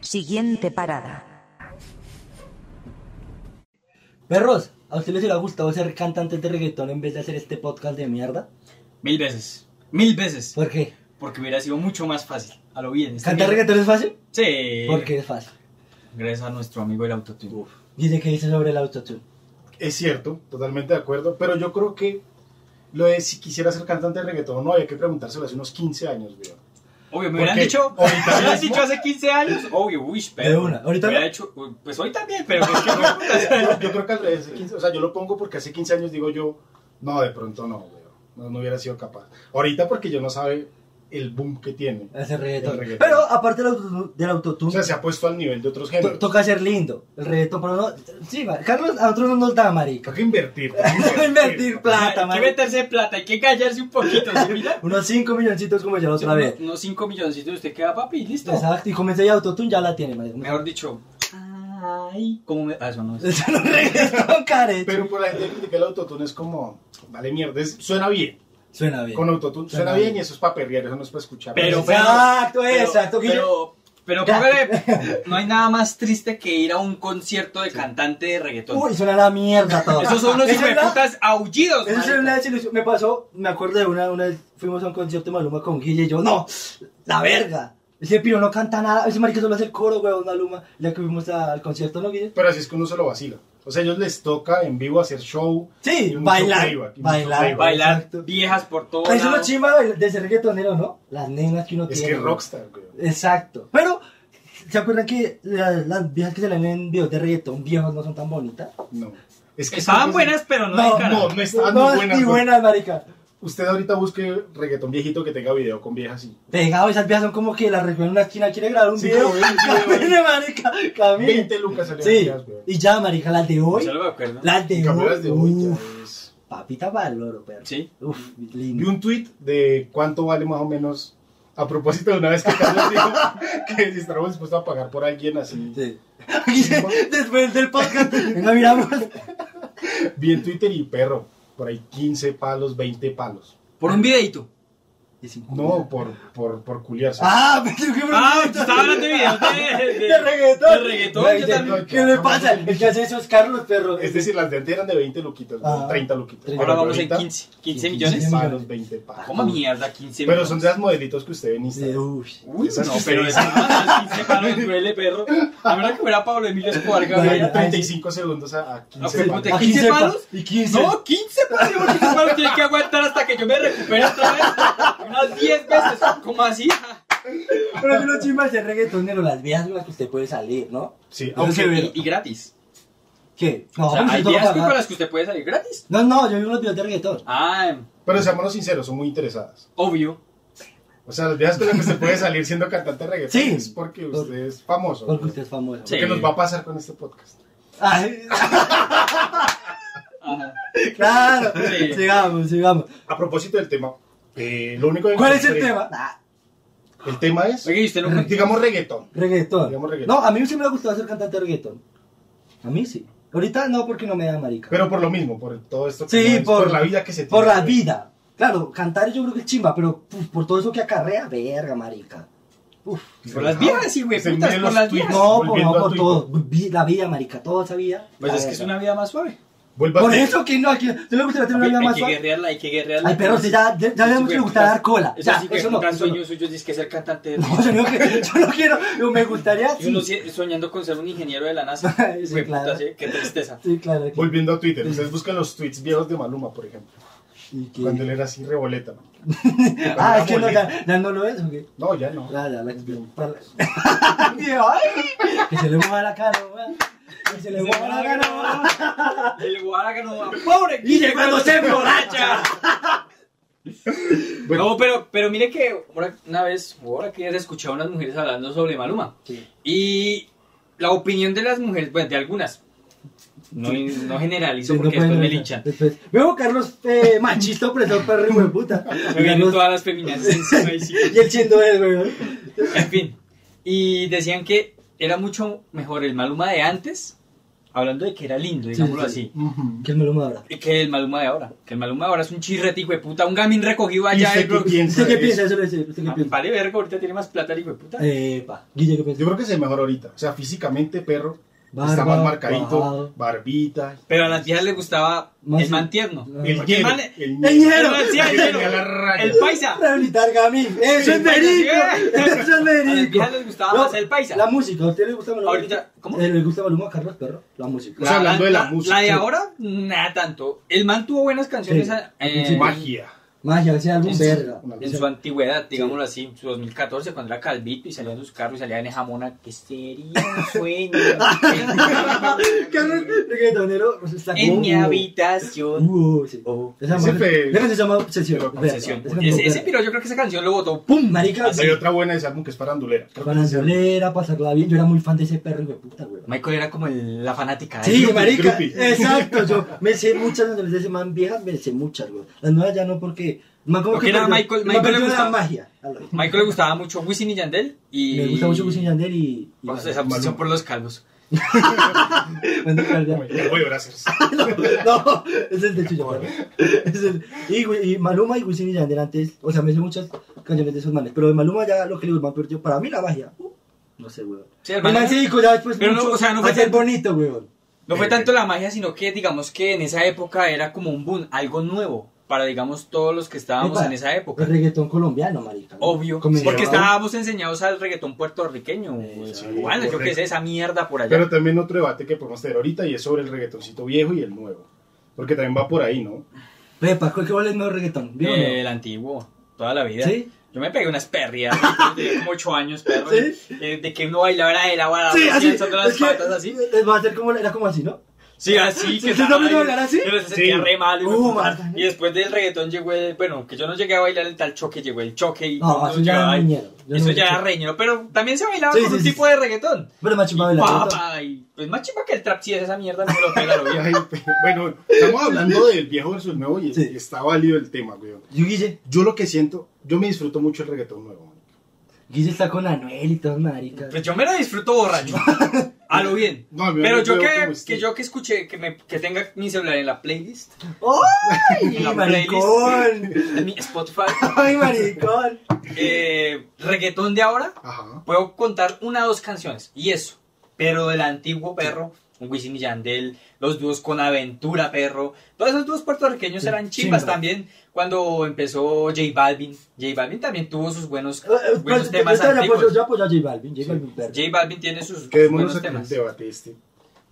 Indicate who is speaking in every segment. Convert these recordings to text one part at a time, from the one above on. Speaker 1: Siguiente parada.
Speaker 2: Perros, ¿a ustedes les hubiera gustado ser cantantes de reggaetón en vez de hacer este podcast de mierda?
Speaker 3: Mil veces. Mil veces.
Speaker 2: ¿Por qué?
Speaker 3: Porque hubiera sido mucho más fácil. A lo bien. está
Speaker 2: ¿Cantar
Speaker 3: bien.
Speaker 2: reggaetón es fácil?
Speaker 3: Sí.
Speaker 2: Porque es fácil.
Speaker 3: Gracias a nuestro amigo el autotune.
Speaker 2: Dice que dice sobre el autotune.
Speaker 4: Es cierto, totalmente de acuerdo, pero yo creo que lo de si quisiera ser cantante de reggaetón o no, había que preguntárselo hace unos 15 años, güey.
Speaker 3: Obvio, me
Speaker 4: ¿Por
Speaker 3: hubieran
Speaker 4: qué?
Speaker 3: dicho, me
Speaker 4: Ahorita
Speaker 3: hubieran
Speaker 4: mismo.
Speaker 3: dicho hace 15 años, obvio, uy, pero.
Speaker 2: De una, ahorita
Speaker 3: hubiera
Speaker 2: no.
Speaker 3: hecho- uy, pues hoy también, pero es que no.
Speaker 4: Yo, yo creo que al revés, hace 15 o sea, yo lo pongo porque hace 15 años digo yo, no, de pronto no, güey. No, no hubiera sido capaz. Ahorita porque yo no sabe el boom que tiene.
Speaker 2: Hacer reggaetón.
Speaker 4: El reggaetón.
Speaker 2: Pero aparte del autotune, del autotune,
Speaker 4: O sea, se ha puesto al nivel de otros
Speaker 2: to-
Speaker 4: géneros.
Speaker 2: toca ser lindo. El reggaetón, pero no. Sí, va. Carlos, a nosotros no nos da, marica.
Speaker 4: Toca invertir.
Speaker 2: Invertir pues. plata,
Speaker 3: Hay que
Speaker 2: marica.
Speaker 3: meterse plata, hay que callarse un poquito, ¿sí, mira?
Speaker 2: Unos 5 milloncitos como yo la otra vez.
Speaker 3: Unos 5 milloncitos, usted queda papi y listo.
Speaker 2: Exacto, y comencé ya autotune, ya la tiene, marica.
Speaker 3: Mejor dicho, ay, ¿cómo me.? Ah, eso no es.
Speaker 2: Eso no es reggaetón, carecho.
Speaker 4: Pero por la gente que critica el autotune es como, vale mierda, es- suena bien.
Speaker 2: Suena bien.
Speaker 4: Con autotune suena,
Speaker 2: Suena
Speaker 4: bien.
Speaker 2: bien.
Speaker 4: y eso es para perrear, eso no es para escuchar.
Speaker 3: Pero, pero-
Speaker 2: exacto, exacto. Guille.
Speaker 3: Pero, pero póngale, no hay nada más triste que ir a un concierto de cantante de reggaetón.
Speaker 2: Uy, suena la mierda todo.
Speaker 3: Esos son unos
Speaker 2: Eso es la-
Speaker 3: hijueputas aullidos.
Speaker 2: Eso es
Speaker 3: marica.
Speaker 2: una desilusión. Me pasó, me acuerdo de una, una vez fuimos a un concierto de Maluma con Guille y yo, no, la verga. Ese piro no canta nada, ese marica solo hace el coro, weón, Maluma. Ya que fuimos al concierto, ¿no, Guille?
Speaker 4: Pero así es que uno se lo vacila. O sea, ellos les toca en vivo hacer show.
Speaker 2: Sí,
Speaker 4: y mucho
Speaker 2: bailar,
Speaker 4: playback, y mucho
Speaker 2: bailar,
Speaker 4: playback.
Speaker 3: Bailar
Speaker 2: Exacto.
Speaker 3: viejas por todo
Speaker 2: Eso es lo
Speaker 3: lado.
Speaker 2: chimba de de ser reggaetonero, ¿no? Las nenas que uno
Speaker 4: Es que
Speaker 2: tiene.
Speaker 4: es
Speaker 2: weón.
Speaker 4: rockstar, güey.
Speaker 2: Exacto. Pero, ¿se acuerdan que la- las viejas que se ven en videos de reggaetón viejos no son tan bonitas?
Speaker 4: No. Es que
Speaker 3: Estaban
Speaker 4: siempre-
Speaker 3: buenas, pero no, de cara.
Speaker 4: no, no estaban
Speaker 2: no,
Speaker 4: ni buenas,
Speaker 2: ni
Speaker 4: güey.
Speaker 2: buenas, marica.
Speaker 4: Usted ahorita busque reggaetón viejito que tenga video con viejas así.
Speaker 2: Pegado, esas viejas son como que las recogen en una esquina, quiere grabar un
Speaker 4: Sí,
Speaker 2: video.
Speaker 4: como ven, video.
Speaker 2: Camine, marica, camine.
Speaker 4: 20 lucas salían
Speaker 2: Sí,
Speaker 4: viejas, güey.
Speaker 2: y ya, marica, las de hoy.
Speaker 3: Ya lo me acuerdo.
Speaker 2: Las de
Speaker 4: En cambio,
Speaker 2: hoy.
Speaker 4: las de hoy ya
Speaker 2: uf,
Speaker 4: es-
Speaker 2: papita para el oro, perro.
Speaker 3: Sí.
Speaker 2: Uf,
Speaker 4: Vi
Speaker 2: lindo.
Speaker 4: un tweet de cuánto vale más o menos. A propósito de una vez que Carlos dijo que si estábamos dispuestos a pagar por alguien así.
Speaker 2: Sí. Después del podcast, venga, miramos.
Speaker 4: Vi en Twitter y perro, por ahí 15 palos, 20 palos.
Speaker 3: Por un videito.
Speaker 2: Y sin
Speaker 4: No, por, por, por culiarse.
Speaker 2: Ah, pero qué
Speaker 3: Ah, tú estabas hablando de videos de,
Speaker 2: De reggaetón.
Speaker 3: De reggaetón, yo
Speaker 2: Ay,
Speaker 3: también.
Speaker 2: ¿Qué le pasa? El que hace eso es Carlos, perro.
Speaker 4: Es decir, las de antes eran de 20 luquitas, ¿no?
Speaker 2: Ah.
Speaker 4: 30 luquitas.
Speaker 2: Ahora
Speaker 3: Ahora
Speaker 4: Pero
Speaker 3: vamos en
Speaker 4: ahorita,
Speaker 3: 15. 15
Speaker 4: 15
Speaker 3: millones.
Speaker 4: palos, 20 palos.
Speaker 3: ¿Cómo mierda? 15
Speaker 4: Pero
Speaker 3: millones.
Speaker 4: son de las modelitos que usted ve en
Speaker 2: Sí,
Speaker 4: Instagram.
Speaker 2: uf.
Speaker 3: Uy,
Speaker 4: esas
Speaker 3: no,
Speaker 4: que
Speaker 3: pero
Speaker 4: ustedes-
Speaker 3: esa ah, 15 palos duele, perro. A menos que fuera Pablo Emilio Escobar
Speaker 2: Vale.
Speaker 3: Gaviria.
Speaker 4: Eran 35 segundos a, a 15
Speaker 3: Ah, Ok,
Speaker 4: palos.
Speaker 3: ¿De
Speaker 2: A
Speaker 3: 15
Speaker 2: pa-
Speaker 3: palos?
Speaker 2: Y 15.
Speaker 3: No, 15 palos, porque ese palo tiene que aguantar hasta que yo me recupere otra vez. Unas 10 veces. ¿Cómo así?
Speaker 2: Pero que lo chimba es el reggaetonero, las viejas con las que usted puede salir, ¿no?
Speaker 4: Sí,
Speaker 2: Eso se
Speaker 4: aunque
Speaker 2: ve.
Speaker 3: Y, y gratis.
Speaker 2: ¿Qué? No,
Speaker 3: o sea,
Speaker 2: pues
Speaker 3: hay
Speaker 2: eso no
Speaker 3: días
Speaker 2: pasa.
Speaker 3: con las que usted puede salir gratis.
Speaker 2: No, no, yo vi unos videos de reggaetón.
Speaker 3: Ah,
Speaker 4: Pero seamos sinceros, son muy interesadas.
Speaker 3: obvio.
Speaker 4: O sea, las viejas con las que se puede salir siendo cantante de reggaetón
Speaker 2: Sí.
Speaker 4: es porque usted es famoso.
Speaker 2: Porque
Speaker 4: ¿no?
Speaker 2: usted es famoso.
Speaker 3: Sí.
Speaker 4: ¿Qué nos va a pasar con este podcast?
Speaker 2: Ay,
Speaker 3: Ajá.
Speaker 2: claro.
Speaker 3: Sí.
Speaker 2: Sigamos, sigamos.
Speaker 4: A propósito del tema, eh, lo único que
Speaker 2: ¿Cuál es el
Speaker 4: encontré-
Speaker 2: tema? Ah,
Speaker 4: El tema es,
Speaker 3: Oye, ¿y usted no
Speaker 4: digamos, reggaetón.
Speaker 2: reggaetón.
Speaker 4: Digamos reggaetón.
Speaker 2: No, a mí sí me ha gustado ser cantante de reggaetón. A mí sí. Ahorita no, porque no me da marica.
Speaker 4: Pero por lo mismo, por todo esto. que
Speaker 2: sí,
Speaker 4: es,
Speaker 2: por,
Speaker 4: la vida que se tiene. pues.
Speaker 2: Por la vida. Claro, cantar yo creo que es chimba, pero uf, por todo eso que acarrea, verga, marica. Uf.
Speaker 3: Por las viejas, sí, güey,
Speaker 4: Se
Speaker 3: putas,
Speaker 4: miden
Speaker 3: por
Speaker 4: los
Speaker 3: las
Speaker 4: tweets.
Speaker 3: viejas.
Speaker 2: No, por,
Speaker 4: Pues, Volviendo
Speaker 2: no,
Speaker 4: a
Speaker 2: por
Speaker 4: tu
Speaker 2: todo. Vi- La vida, marica, toda esa vida.
Speaker 3: Pues
Speaker 2: la
Speaker 3: es que es
Speaker 2: verga.
Speaker 3: una vida más suave.
Speaker 4: Vuelva
Speaker 2: Por
Speaker 4: a-
Speaker 2: eso que no, aquí. ¿Tú le gustaría tener una vida
Speaker 3: hay
Speaker 2: más
Speaker 3: que
Speaker 2: suave?
Speaker 3: guerrearla, hay que guerrearla.
Speaker 2: Ay, pero si ya, ya, ya le gusta dar cola.
Speaker 3: Eso
Speaker 2: ya,
Speaker 3: sí,
Speaker 2: eso
Speaker 3: que
Speaker 2: no.
Speaker 3: putas
Speaker 2: eso no.
Speaker 3: sueño suyo es que ser cantante de
Speaker 2: No, yo no, quiero- yo no quiero, yo me gustaría.
Speaker 3: Yo
Speaker 2: Sí,
Speaker 3: no sé, soñando con ser un ingeniero de la NASA.
Speaker 2: Sí,
Speaker 3: Güey,
Speaker 2: claro.
Speaker 3: puta, sí, qué tristeza.
Speaker 2: Sí, claro. que-
Speaker 4: Volviendo a Twitter, ustedes buscan los tweets viejos de Maluma, por ejemplo.
Speaker 2: y que-
Speaker 4: Cuando él era así reboleta. ¿no?
Speaker 2: ah, es
Speaker 4: era
Speaker 2: que no,
Speaker 4: boleta.
Speaker 2: ya, ya no lo es, ¿o qué?
Speaker 4: No, ya no.
Speaker 2: Ya, ya, la para- Tío, ay, Que se le mueva la cara, weón. Que se le mueva la cara, weón.
Speaker 3: El Guaraga no va. ¡Pobre! Guille,
Speaker 2: cuando se emborracha.
Speaker 3: No, pero, pero mire que ahora- una vez, o ahora que he escuchado a unas mujeres hablando sobre Maluma.
Speaker 2: Sí.
Speaker 3: Y la opinión de las mujeres, bueno, de algunas. No, no generalizo
Speaker 2: Sí, no
Speaker 3: porque después
Speaker 2: pueden-
Speaker 3: me linchan.
Speaker 2: Después, veo Carlos eh, machista, opresor, perro y hueputa.
Speaker 3: Me vienen todas las feministas encima y sí.
Speaker 2: Y él siendo él, weón.
Speaker 3: En fin. Y decían que era mucho mejor el Maluma de antes hablando de que era lindo,
Speaker 2: Sí,
Speaker 3: digámoslo
Speaker 2: sí.
Speaker 3: así.
Speaker 4: Ujú.
Speaker 2: Que es Maluma ahora.
Speaker 3: Y que el Maluma de ahora, que el Maluma de ahora es un chirrete, hijo de puta, un gamín recogido
Speaker 4: ¿Y
Speaker 3: allá
Speaker 4: usted
Speaker 3: de
Speaker 4: qué piensa?
Speaker 2: ¿Usted qué
Speaker 4: de
Speaker 2: piensa?
Speaker 4: eso?
Speaker 2: Eso lo dice, ¿Usted qué Eh,
Speaker 3: Ah,
Speaker 2: piensa?
Speaker 3: Vale, verga, ahorita tiene más plata el hijo de puta.
Speaker 2: Epa, Guille, ¿qué piensa?
Speaker 4: Yo creo que es el mejor ahorita. O sea, físicamente, perro. está
Speaker 2: Barba,
Speaker 4: más marcadito,
Speaker 2: bajado.
Speaker 4: barbita.
Speaker 3: Pero a las viejas les gustaba
Speaker 2: Más-
Speaker 3: el man tierno.
Speaker 2: Ah.
Speaker 4: El
Speaker 3: Porque
Speaker 4: ñero,
Speaker 3: man-
Speaker 4: el
Speaker 2: ¡El
Speaker 4: ñero.
Speaker 2: ñero!
Speaker 3: Sí, el ñero.
Speaker 4: Tenía la raya.
Speaker 3: El paisa.
Speaker 2: Rehabilitar Gamín. ¡Eso es
Speaker 3: Sí,
Speaker 2: verídico!
Speaker 3: sí.
Speaker 2: ¡Eso es
Speaker 3: A las
Speaker 2: verídico!
Speaker 3: viejas les gustaba
Speaker 2: No,
Speaker 3: más el paisa.
Speaker 2: La música, ¿a usted le gusta Maluma?
Speaker 3: Ahorita, ¿cómo?
Speaker 2: Eh, ¿Le gusta Maluma a Carlos Perro? La música.
Speaker 4: O sea, hablando de la música.
Speaker 3: La de ahora, nada tanto. El man tuvo buenas canciones
Speaker 2: Sí.
Speaker 3: a-
Speaker 2: Sí,
Speaker 3: eh,
Speaker 2: sí,
Speaker 4: Magia.
Speaker 2: Magia, ese álbum,
Speaker 3: en su-
Speaker 2: verga.
Speaker 3: en su antigüedad, digámoslo así, en su 2014, cuando era calvito y salía en sus carros y salía en esa mona, que sería un sueño.
Speaker 2: Carlos, reggaetonero, pues, está
Speaker 3: en mi
Speaker 2: Uh,
Speaker 3: habitación.
Speaker 2: uh, sí.
Speaker 3: Oh.
Speaker 2: Esa
Speaker 4: Ese
Speaker 2: madre-
Speaker 4: fue-
Speaker 2: Déjame, se llama Obsesión.
Speaker 4: Pero
Speaker 2: verga.
Speaker 3: Obsesión.
Speaker 2: Esa
Speaker 3: Ese,
Speaker 2: mujer.
Speaker 3: ese piro, yo creo que esa canción lo botó. ¡Pum!
Speaker 2: ¡Pum! Marica,
Speaker 4: Ah, Hay otra buena de ese álbum que es farandulera. Creo que
Speaker 2: Panazolera, pasarla bien. Yo era muy fan de ese perro, hijo de puta, güey.
Speaker 3: Michael era como el- la fanática. de
Speaker 2: Sí,
Speaker 3: él.
Speaker 4: Groupie,
Speaker 2: marica,
Speaker 4: groupie.
Speaker 2: exacto, yo me sé muchas canciones de ese man viejas, me sé muchas, güey. Las nuevas ya no porque... más como
Speaker 3: Porque
Speaker 2: que
Speaker 3: era
Speaker 2: perdió-
Speaker 3: Michael-
Speaker 2: más
Speaker 3: Michael le
Speaker 2: perdió la
Speaker 3: gustaba.
Speaker 2: magia. a la vez.
Speaker 3: Michael le gustaba mucho Wisin y Yandel y...
Speaker 2: Me gusta mucho Wisin y Yandel y... y
Speaker 3: Pues, esa obsesión por los calvos.
Speaker 2: Bueno, perdón.
Speaker 4: Como el Voy, gracias.
Speaker 2: no, no, es el de Chuyo. Bueno. Es el- y, Wi- y Maluma y Wisin y Yandel antes, o sea, me sé muchas canciones de esos manes, pero de Maluma ya lo que le digo, el man perdió, para mí la magia, uh, no sé, weón.
Speaker 3: Sí, el
Speaker 2: El man
Speaker 3: man-
Speaker 2: se dedicó ya después
Speaker 3: Pero no,
Speaker 2: mucho
Speaker 3: o sea, no
Speaker 2: a
Speaker 3: fue
Speaker 2: ser
Speaker 3: tanto-
Speaker 2: bonito, weón.
Speaker 3: No fue tanto la magia, sino que digamos que en esa época era como un boom, algo nuevo para digamos todos los que estábamos
Speaker 2: Epa,
Speaker 3: en esa época.
Speaker 2: El reggaetón colombiano, marica. ¿no?
Speaker 3: Obvio,
Speaker 2: Como-
Speaker 3: porque
Speaker 4: ¿no?
Speaker 3: estábamos enseñados al reggaetón puertorriqueño. o
Speaker 4: sí,
Speaker 3: cubano, yo qué
Speaker 4: correcto.
Speaker 3: sé, esa mierda por allá.
Speaker 4: Pero también otro debate que podemos tener ahorita y es sobre el reggaetoncito viejo y el nuevo. Porque también va por ahí, ¿no?
Speaker 2: Pepa, ¿cuál que vale el nuevo reggaetón? ¿Bien o no?
Speaker 3: Eh, el antiguo, toda la vida.
Speaker 2: ¿Sí?
Speaker 3: Yo me pegué unas perrias de como ocho años, perro.
Speaker 2: ¿Sí?
Speaker 3: eh, De que uno bailaba el agua,
Speaker 2: Sí, así.
Speaker 3: alzando las
Speaker 2: es que-
Speaker 3: patas así.
Speaker 2: eh, Va a ser como, era como así, ¿no?
Speaker 3: Sí, así
Speaker 2: ¿Sí
Speaker 3: que
Speaker 2: usted
Speaker 3: estaba
Speaker 2: también
Speaker 3: ahí,
Speaker 2: bailar así?
Speaker 3: Pero se
Speaker 4: Sí.
Speaker 3: sentía re mal. güey,
Speaker 2: Uh,
Speaker 3: puta.
Speaker 2: Marta.
Speaker 3: y después del reggaetón llegó el, bueno, que yo no llegué a bailar el tal choque, llegó el choque y
Speaker 2: No,
Speaker 3: todo
Speaker 2: eso ya era
Speaker 3: llegaba ahí.
Speaker 2: reñero. Yo
Speaker 3: Eso
Speaker 2: no
Speaker 3: ya
Speaker 2: sé.
Speaker 3: era reñero, pero también se bailaba
Speaker 2: Sí,
Speaker 3: con
Speaker 2: sí,
Speaker 3: un
Speaker 2: sí.
Speaker 3: tipo de reggaetón.
Speaker 2: Pero más
Speaker 3: Y
Speaker 2: chimba de la reggaetón.
Speaker 3: papa, y pues más chimba que el trap, si es esa mierda, no me lo pega lo viejo.
Speaker 4: Ay, pero- bueno, estamos hablando del viejo versus nuevo y
Speaker 2: Sí.
Speaker 4: y está válido el tema, güey.
Speaker 2: Yo, Guille,
Speaker 4: Yo lo que siento, yo me disfruto mucho el reggaetón nuevo. man.
Speaker 2: Guille está con Anuel y todos maricas.
Speaker 3: Pues yo me la disfruto borracho. A lo bien.
Speaker 4: No, a mí me
Speaker 3: Pero yo
Speaker 4: veo
Speaker 3: que,
Speaker 4: como este. estoy.
Speaker 3: que yo que escuché que, me, que tenga mi celular en la playlist,
Speaker 2: ¡Ay,
Speaker 3: En la
Speaker 2: maricón!
Speaker 3: en mi Spotify,
Speaker 2: ¡Ay, maricón!
Speaker 3: eh, reggaetón de ahora,
Speaker 4: Ajá.
Speaker 3: puedo contar una o dos canciones y eso. Pero del antiguo perro, un Wisin y Yandel, los dúos con Aventura perro, todos esos dúos puertorriqueños
Speaker 2: Sí,
Speaker 3: eran chimbas
Speaker 2: chimba.
Speaker 3: también. Cuando empezó J Balvin, J Balvin también tuvo sus buenos,
Speaker 2: Eh, eh,
Speaker 3: buenos
Speaker 2: pues,
Speaker 3: temas
Speaker 2: yo, apoyo-
Speaker 3: antiguos.
Speaker 2: yo apoyo a J Balvin, J Balvin perro.
Speaker 3: J Balvin tiene sus
Speaker 4: Quedémonos
Speaker 3: buenos
Speaker 4: aquí en
Speaker 3: temas.
Speaker 4: el debate este.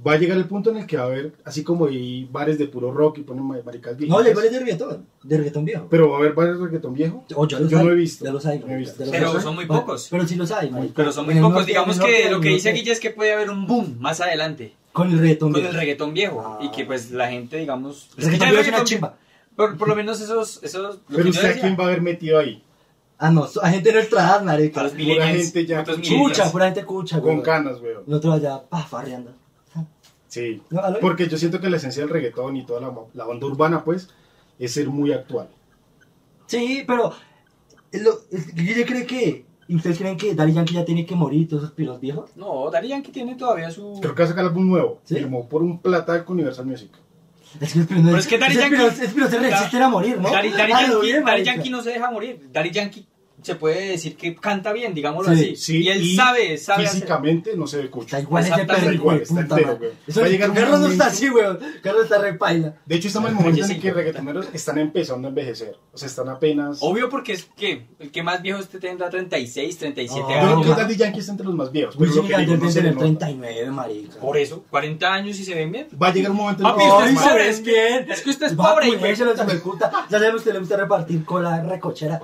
Speaker 4: Va a llegar el punto en el que va a haber, así como hay bares de puro rock y ponen ma- maricas
Speaker 2: No,
Speaker 4: viejitas,
Speaker 2: J Balvin es de reggaetón, de reggaetón viejo.
Speaker 4: pero va a haber bares de reggaetón viejo.
Speaker 2: O Oh, ya los
Speaker 4: yo
Speaker 2: hay,
Speaker 4: no he visto.
Speaker 2: Ya los hay,
Speaker 4: No he
Speaker 2: marica,
Speaker 4: visto.
Speaker 2: ya los
Speaker 3: Pero
Speaker 2: hay.
Speaker 3: son muy
Speaker 2: Bueno,
Speaker 3: pocos.
Speaker 2: Pero sí los hay, marica.
Speaker 3: Pero son muy
Speaker 2: En el
Speaker 3: pocos.
Speaker 2: norte, en
Speaker 3: Digamos
Speaker 2: el norte,
Speaker 3: que
Speaker 2: en
Speaker 3: lo
Speaker 2: el
Speaker 3: que dice
Speaker 2: norte,
Speaker 3: Guille es que puede haber un boom más adelante
Speaker 2: Con el reggaetón
Speaker 3: con
Speaker 2: viejo.
Speaker 3: el reggaetón viejo
Speaker 2: Ah.
Speaker 3: y que pues la gente, digamos,
Speaker 2: El reggaetón
Speaker 3: ya el
Speaker 2: viejo es una
Speaker 3: reggaetón-
Speaker 2: chimba.
Speaker 3: Por, por lo menos esos, esos lo que
Speaker 4: Pero
Speaker 3: yo
Speaker 4: usted a
Speaker 3: decía,
Speaker 4: quién va a haber metido ahí,
Speaker 2: Ah, no, so- a gente de nuestra edad, marica.
Speaker 3: a los millennials,
Speaker 4: gente ya
Speaker 3: otros
Speaker 4: cucha,
Speaker 3: millennials.
Speaker 2: Cucha, pura gente cucha, güey.
Speaker 4: con canas, weón.
Speaker 2: Nosotros allá, pa, farreando.
Speaker 4: Sí.
Speaker 2: No, a lo-
Speaker 4: Porque yo siento que la esencia del reggaetón y toda la, la onda urbana, pues, es ser muy actual.
Speaker 2: Sí, pero lo, es- Guille cree que. ¿Y ustedes creen que Daddy Yankee ya tiene que morir todos esos piros viejos?
Speaker 3: No, Daddy Yankee tiene todavía su...
Speaker 4: Creo que va a sacar álbum nuevo.
Speaker 2: ¿Sí?
Speaker 4: Firmó por un platal con Universal Music.
Speaker 2: Es que los piros no
Speaker 3: Pero es que Daddy
Speaker 2: esos
Speaker 3: Yankee-
Speaker 2: piros- esos piros se resisten a morir, ¿no?
Speaker 3: Daddy, Daddy
Speaker 2: A lo
Speaker 3: Yankee,
Speaker 2: bien,
Speaker 3: Daddy
Speaker 2: marica.
Speaker 3: Yankee no se deja morir. Daddy Yankee se puede decir que canta bien, digámoslo
Speaker 2: Sí,
Speaker 3: así. y él sabe, sabe hacer.
Speaker 4: Físicamente no se ve cucho.
Speaker 2: Está igual ese
Speaker 3: Exactamente
Speaker 2: perro,
Speaker 4: igual,
Speaker 2: igual,
Speaker 4: está
Speaker 2: puta
Speaker 4: entero,
Speaker 2: madre.
Speaker 4: güey.
Speaker 2: Eso-
Speaker 4: Va a llegar un
Speaker 2: Carlos no está
Speaker 4: momento-
Speaker 2: así, weón. Carlos está repaila.
Speaker 4: De hecho, estamos en el momento en el
Speaker 3: Oye, sí,
Speaker 4: que reggaetoneros están empezando a envejecer. O sea, están apenas.
Speaker 3: Obvio porque es que el que más viejo este tendrá 36, 37
Speaker 2: Oh.
Speaker 4: Yo,
Speaker 3: años.
Speaker 4: Ah. yo Daddy Yankee está entre los más viejos. Pero lo
Speaker 2: Wisin y
Speaker 4: que digo,
Speaker 2: Yandel
Speaker 4: no se
Speaker 2: deben
Speaker 4: le
Speaker 2: tener
Speaker 4: nota.
Speaker 2: 39, marica.
Speaker 3: Por eso, 40 años y se ven bien.
Speaker 4: Va a llegar un momento en
Speaker 3: Papi,
Speaker 4: que.
Speaker 3: usted
Speaker 4: Ay,
Speaker 3: es pobre,
Speaker 2: se
Speaker 3: es
Speaker 2: ven
Speaker 3: que-
Speaker 2: bien.
Speaker 3: es que usted es
Speaker 2: Va a
Speaker 3: pobre,
Speaker 2: culirse
Speaker 3: hijo de
Speaker 2: los hijueputa. Ya saben, usted le gusta repartir cola recochera.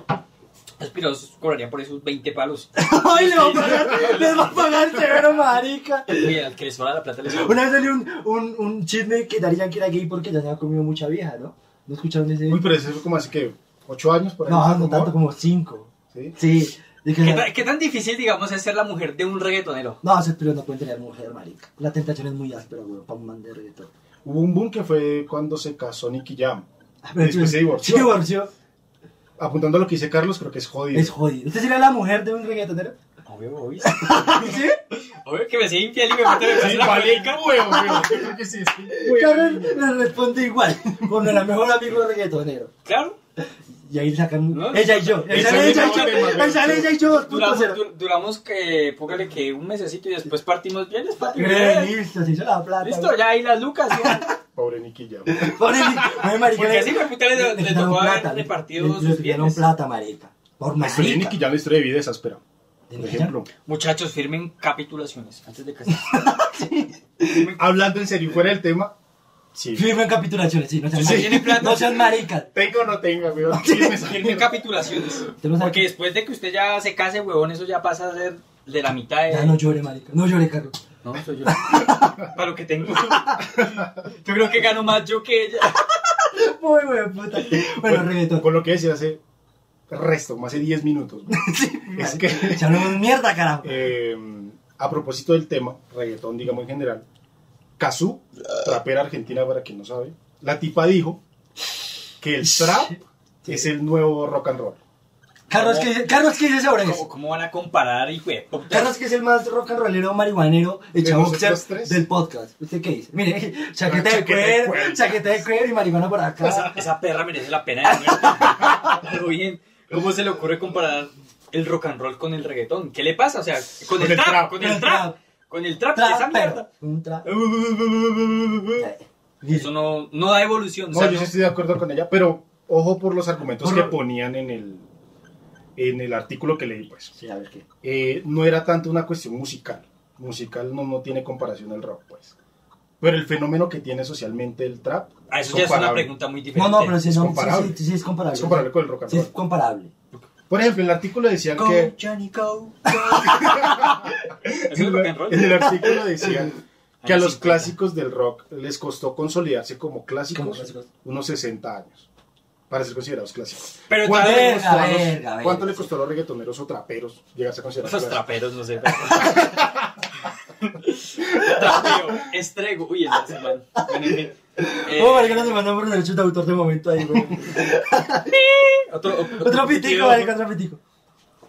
Speaker 3: Los piros cobrarían por esos 20 palos.
Speaker 2: ¡Ay, le va a pagar! ¡Les va a pagar severo, marica!
Speaker 3: Uy, al que les sobra la plata les sobra.
Speaker 2: Una vez salió un, un, un chisme que Daddy Yankee era gay porque ya se había comido mucha vieja, ¿no? ¿No escucharon ese?
Speaker 4: Uy, pero eso es como así que. ¿Ocho años por ahí?
Speaker 2: no, no
Speaker 4: rumor?
Speaker 2: tanto como cinco.
Speaker 4: ¿Sí?
Speaker 2: Sí. de que-
Speaker 3: ¿Qué, tan- qué tan difícil, digamos, es ser la mujer de un reggaetonero?
Speaker 2: No, esos piros no pueden tener mujer, marica. La tentación es muy áspera, güey, para un man de reggaetón.
Speaker 4: Hubo un boom que fue cuando se casó Nicky Jam.
Speaker 2: Ah,
Speaker 4: Después
Speaker 2: pero-
Speaker 4: se pues divorció.
Speaker 2: Se divorció.
Speaker 4: Apuntando a lo que dice Carlos, creo que es jodido.
Speaker 2: Es jodido. ¿Usted sería la mujer de un reggaetonero?
Speaker 3: Obvio, obvio.
Speaker 2: ¿Sí?
Speaker 3: Obvio que me sea infiel y me meto en
Speaker 4: Sí,
Speaker 3: la palica.
Speaker 4: weón, weón. Yo creo que sí, es que,
Speaker 2: Karen le responde igual, con el mejor amigo reggaetonero.
Speaker 3: Claro.
Speaker 2: Y ahí sacan
Speaker 3: No,
Speaker 2: ella y yo.
Speaker 4: no,
Speaker 2: Ahí
Speaker 4: no,
Speaker 2: sale
Speaker 4: no,
Speaker 2: ella y
Speaker 4: no,
Speaker 2: yo.
Speaker 4: no, no,
Speaker 2: Ahí sale ella y yo.
Speaker 3: Duramos,
Speaker 2: 2.0.
Speaker 3: du- duramos que, póngale que un mesecito y después partimos bien. papi.
Speaker 2: Bien, Listo, se hizo la plata.
Speaker 3: Listo, ya ahí las lucas. ya.
Speaker 4: Pobre Nicky Jam.
Speaker 2: Pobre Nicky. Oye, marica,
Speaker 3: Porque
Speaker 2: le-
Speaker 3: así, güey, puta, le- le
Speaker 2: quitaron
Speaker 3: tocó haber
Speaker 2: plata, le-
Speaker 3: repartido
Speaker 2: le-
Speaker 3: sus
Speaker 2: Le quitaron
Speaker 3: bienes.
Speaker 2: plata, marica. Por
Speaker 4: La historia de
Speaker 2: marica.
Speaker 4: Nicky Jam, la historia de vida es áspera. Por
Speaker 2: ¿De
Speaker 4: ejemplo.
Speaker 3: Muchachos, firmen capitulaciones antes de casarse.
Speaker 4: Hablando en serio, fuera del tema. Sí.
Speaker 2: Firmen capitulaciones, sí, no sean
Speaker 3: Sí.
Speaker 2: maricas.
Speaker 3: Tiene plata.
Speaker 2: No sean maricas.
Speaker 4: Tenga o no tenga, weón.
Speaker 3: Firmen capitulaciones.
Speaker 2: Usted no sabe
Speaker 3: Porque
Speaker 2: que-
Speaker 3: después de que usted ya se case, huevón, eso ya pasa a ser de la mitad de.
Speaker 2: Ya no llore, marica. No llore, Carlos.
Speaker 3: No, soy yo. Para lo que tengo. Yo creo que gano más yo que ella.
Speaker 2: Muy buena puta. Bueno,
Speaker 4: Pues,
Speaker 2: reggaetón.
Speaker 4: Con lo que decía hace resto, más de 10 minutos. weón. es que.
Speaker 2: Ya no es mierda, carajo.
Speaker 4: eh, a propósito del tema, reggaetón, digamos en general, Kazú, trapera argentina para quien no sabe, la tipa dijo que el trap es el nuevo rock and roll.
Speaker 2: Carlos,
Speaker 3: ¿cómo?
Speaker 2: ¿qué, Carlos, ¿qué dices sobre
Speaker 3: ¿Cómo,
Speaker 2: eso?
Speaker 3: cómo van a comparar, hijo de puta?
Speaker 2: Carlos, que es el más rock and rollero, marihuanero,
Speaker 4: ¿De
Speaker 2: hecho
Speaker 4: nosotros
Speaker 2: boxer
Speaker 4: tres?
Speaker 2: del podcast. ¿Usted qué dice? Mire, chaqueta de
Speaker 4: chaqueta de
Speaker 2: cuero,
Speaker 4: cuero.
Speaker 2: chaqueta de cuero y marihuana por
Speaker 3: Esa,
Speaker 2: acá.
Speaker 3: esa perra merece la pena de muerte. Pero bien, ¿cómo se le ocurre comparar el rock and roll con el reggaetón? ¿Qué le pasa? O sea, con, el, trap, con el trap, con el trap,
Speaker 2: Trap,
Speaker 3: esa
Speaker 2: pero,
Speaker 3: mierda.
Speaker 2: un trap.
Speaker 3: Eso no, no da evolución.
Speaker 4: No,
Speaker 3: o sea,
Speaker 4: yo sí estoy de acuerdo con ella, pero ojo por los argumentos
Speaker 2: Por
Speaker 4: que
Speaker 2: lo-
Speaker 4: ponían en el, en el artículo que leí, pues.
Speaker 2: Sí, a ver qué.
Speaker 4: Eh, no era tanto una cuestión musical. Musical no, no tiene comparación al rock, pues. Pero el fenómeno que tiene socialmente el trap
Speaker 3: a eso ya es una
Speaker 4: comparable.
Speaker 3: pregunta muy
Speaker 2: No,
Speaker 3: diferente.
Speaker 2: no, pero si
Speaker 4: Es
Speaker 2: no, sí,
Speaker 4: comparable.
Speaker 2: sí, sí, es comparable.
Speaker 4: es comparable con el rock and
Speaker 2: Sí,
Speaker 4: roll.
Speaker 2: es comparable.
Speaker 4: Por ejemplo, en el artículo decían
Speaker 2: Go,
Speaker 4: que.
Speaker 2: Johnny, go.
Speaker 3: Eso es rock and roll. Ah,
Speaker 4: En el artículo decían que a
Speaker 3: Años
Speaker 4: los
Speaker 3: 50.
Speaker 4: clásicos del rock les costó consolidarse como
Speaker 2: Como
Speaker 4: clásicos
Speaker 2: clásicos.
Speaker 4: unos 60 años para ser considerados clásicos.
Speaker 3: Pero
Speaker 4: ¿Cuánto,
Speaker 3: también-
Speaker 4: le costó, a los,
Speaker 2: Verga, verga,
Speaker 4: cuánto
Speaker 2: verga,
Speaker 4: le costó a los reggaetoneros o traperos llegarse a considerar
Speaker 3: Los
Speaker 4: clásicos?
Speaker 3: traperos, no sé. Trapeo, estrego. Uy, ese es mal. Bueno, en fin. Eh,
Speaker 2: Oh, marica, no te mandamos por derechos de autor de momento ahí, güey.
Speaker 3: otro, otro
Speaker 2: Otro pitico,
Speaker 3: pitido.
Speaker 2: marica, otro pitico.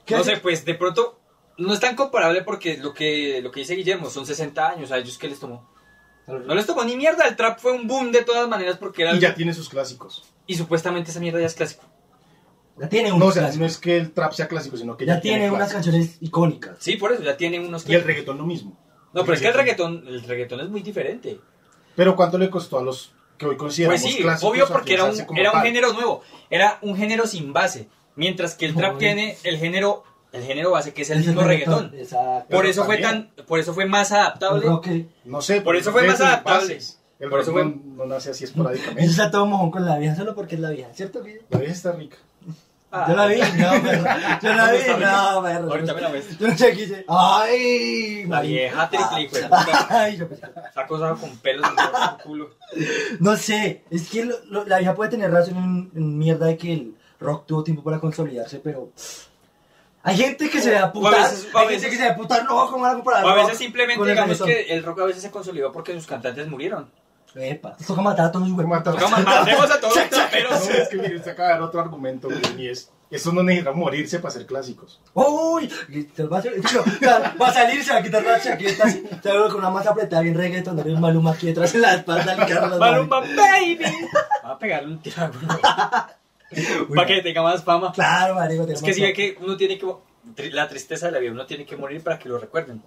Speaker 2: ¿Qué
Speaker 3: No
Speaker 2: hace?
Speaker 3: sé, pues de pronto no es tan comparable porque lo que, lo que dice Guillermo son 60 años. ¿A ellos qué les tomó? No les tomó ni mierda. El trap fue un boom de todas maneras porque era.
Speaker 4: Y ya tiene sus clásicos.
Speaker 3: y supuestamente esa mierda ya es clásico.
Speaker 2: Ya tiene
Speaker 4: No, o
Speaker 2: unos
Speaker 4: sea, no
Speaker 2: clásicos.
Speaker 4: es que el trap sea clásico, sino que ya,
Speaker 2: Ya tiene unas
Speaker 4: clásicos.
Speaker 2: canciones icónicas.
Speaker 3: Sí, por eso ya tiene unos.
Speaker 4: Y el reggaetón lo mismo.
Speaker 3: no, pero es que el reggaetón, el reggaetón es muy diferente.
Speaker 4: Pero ¿cuánto le costó a los que hoy consideramos
Speaker 3: Pues sí,
Speaker 4: clásicos?
Speaker 3: obvio porque era un,
Speaker 4: afianzarse como
Speaker 3: era un
Speaker 4: tal?
Speaker 3: género nuevo, era un género sin base, mientras que el trap
Speaker 2: Obvio.
Speaker 3: tiene el género el género base que es el
Speaker 2: Es
Speaker 3: mismo reggaetón.
Speaker 2: Exacto.
Speaker 3: Por
Speaker 4: Pero
Speaker 3: eso fue
Speaker 4: también-
Speaker 3: tan por eso fue más adaptable.
Speaker 2: El rock, eh,
Speaker 4: No sé.
Speaker 3: Por eso fue
Speaker 4: porque
Speaker 3: más
Speaker 4: tiene sus
Speaker 3: adaptable.
Speaker 4: bases. El
Speaker 3: Por
Speaker 4: por
Speaker 3: eso
Speaker 4: eso
Speaker 3: fue-
Speaker 4: no nace así
Speaker 2: Eso
Speaker 4: esporádicamente.
Speaker 2: está todo mojón con la vieja, solo porque es la vieja, ¿cierto, Guille?
Speaker 4: La vieja está rica.
Speaker 3: Ah,
Speaker 2: Yo la vi, no, perro. Yo la
Speaker 3: No,
Speaker 2: vi,
Speaker 3: está bien.
Speaker 2: no, perro.
Speaker 3: Ahorita me la ves.
Speaker 2: Yo no sé qué hice. ¡Ay!
Speaker 3: La vieja triple, hijo de puta.
Speaker 2: Ay, yo pensé.
Speaker 3: Está cosa con pelos en el culo.
Speaker 2: No sé, es que lo- lo- la vieja puede tener razón en, en mierda de que el rock tuvo tiempo para consolidarse, pero. Hay gente que se da
Speaker 3: O a
Speaker 2: putar.
Speaker 3: veces- o a
Speaker 2: Hay
Speaker 3: veces-
Speaker 2: gente que se da putar, no, ¿cómo van a comparar?
Speaker 3: O a
Speaker 2: rock
Speaker 3: veces simplemente
Speaker 2: con el
Speaker 3: digamos
Speaker 2: reggaetón?
Speaker 3: que el rock a veces se consolidó porque sus cantantes murieron.
Speaker 2: Epa, te toca matar a todos los
Speaker 4: Voy a
Speaker 2: huevos.
Speaker 4: matar-
Speaker 3: Toca matemos a todos los
Speaker 4: No,
Speaker 3: traperos.
Speaker 4: es que mire, usted acaba de dar otro argumento, güey, y es, eso no necesita morirse para ser clásicos.
Speaker 2: ¡Uy! Y te Va a, hacer- no, va a salir, se va a quitar la chaqueta así, se va a ver con una masa apretada bien reggaeton, donde un Maluma aquí detrás en la espalda al Carlos.
Speaker 3: Maluma baby. Va a pegarle un tiro para que tenga más fama.
Speaker 2: Claro, marico,
Speaker 3: Es que sí ve que uno tiene que mo- tri- la tristeza de la vida, uno tiene que morir para que lo recuerden.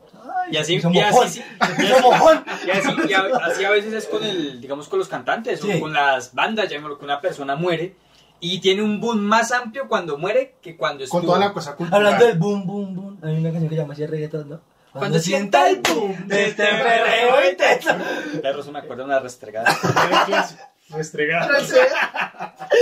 Speaker 3: Y así,
Speaker 2: somos
Speaker 3: y así,
Speaker 2: mojón,
Speaker 3: sí,
Speaker 2: somos mojón.
Speaker 3: y así, y a, así a veces es con el, digamos, con los cantantes
Speaker 2: Sí.
Speaker 3: o con las bandas, llamémoslo, que una persona muere y tiene un boom más amplio cuando muere que cuando estuvo.
Speaker 4: Con toda la cosa cultural.
Speaker 2: Hablando del boom, boom, boom, hay una canción que llama así reggaeton, ¿no?
Speaker 3: Cuando sienta el boom de este perreo intenso. Claro, eso me acuerdo de una restregada.
Speaker 4: Era clásico. Restregar.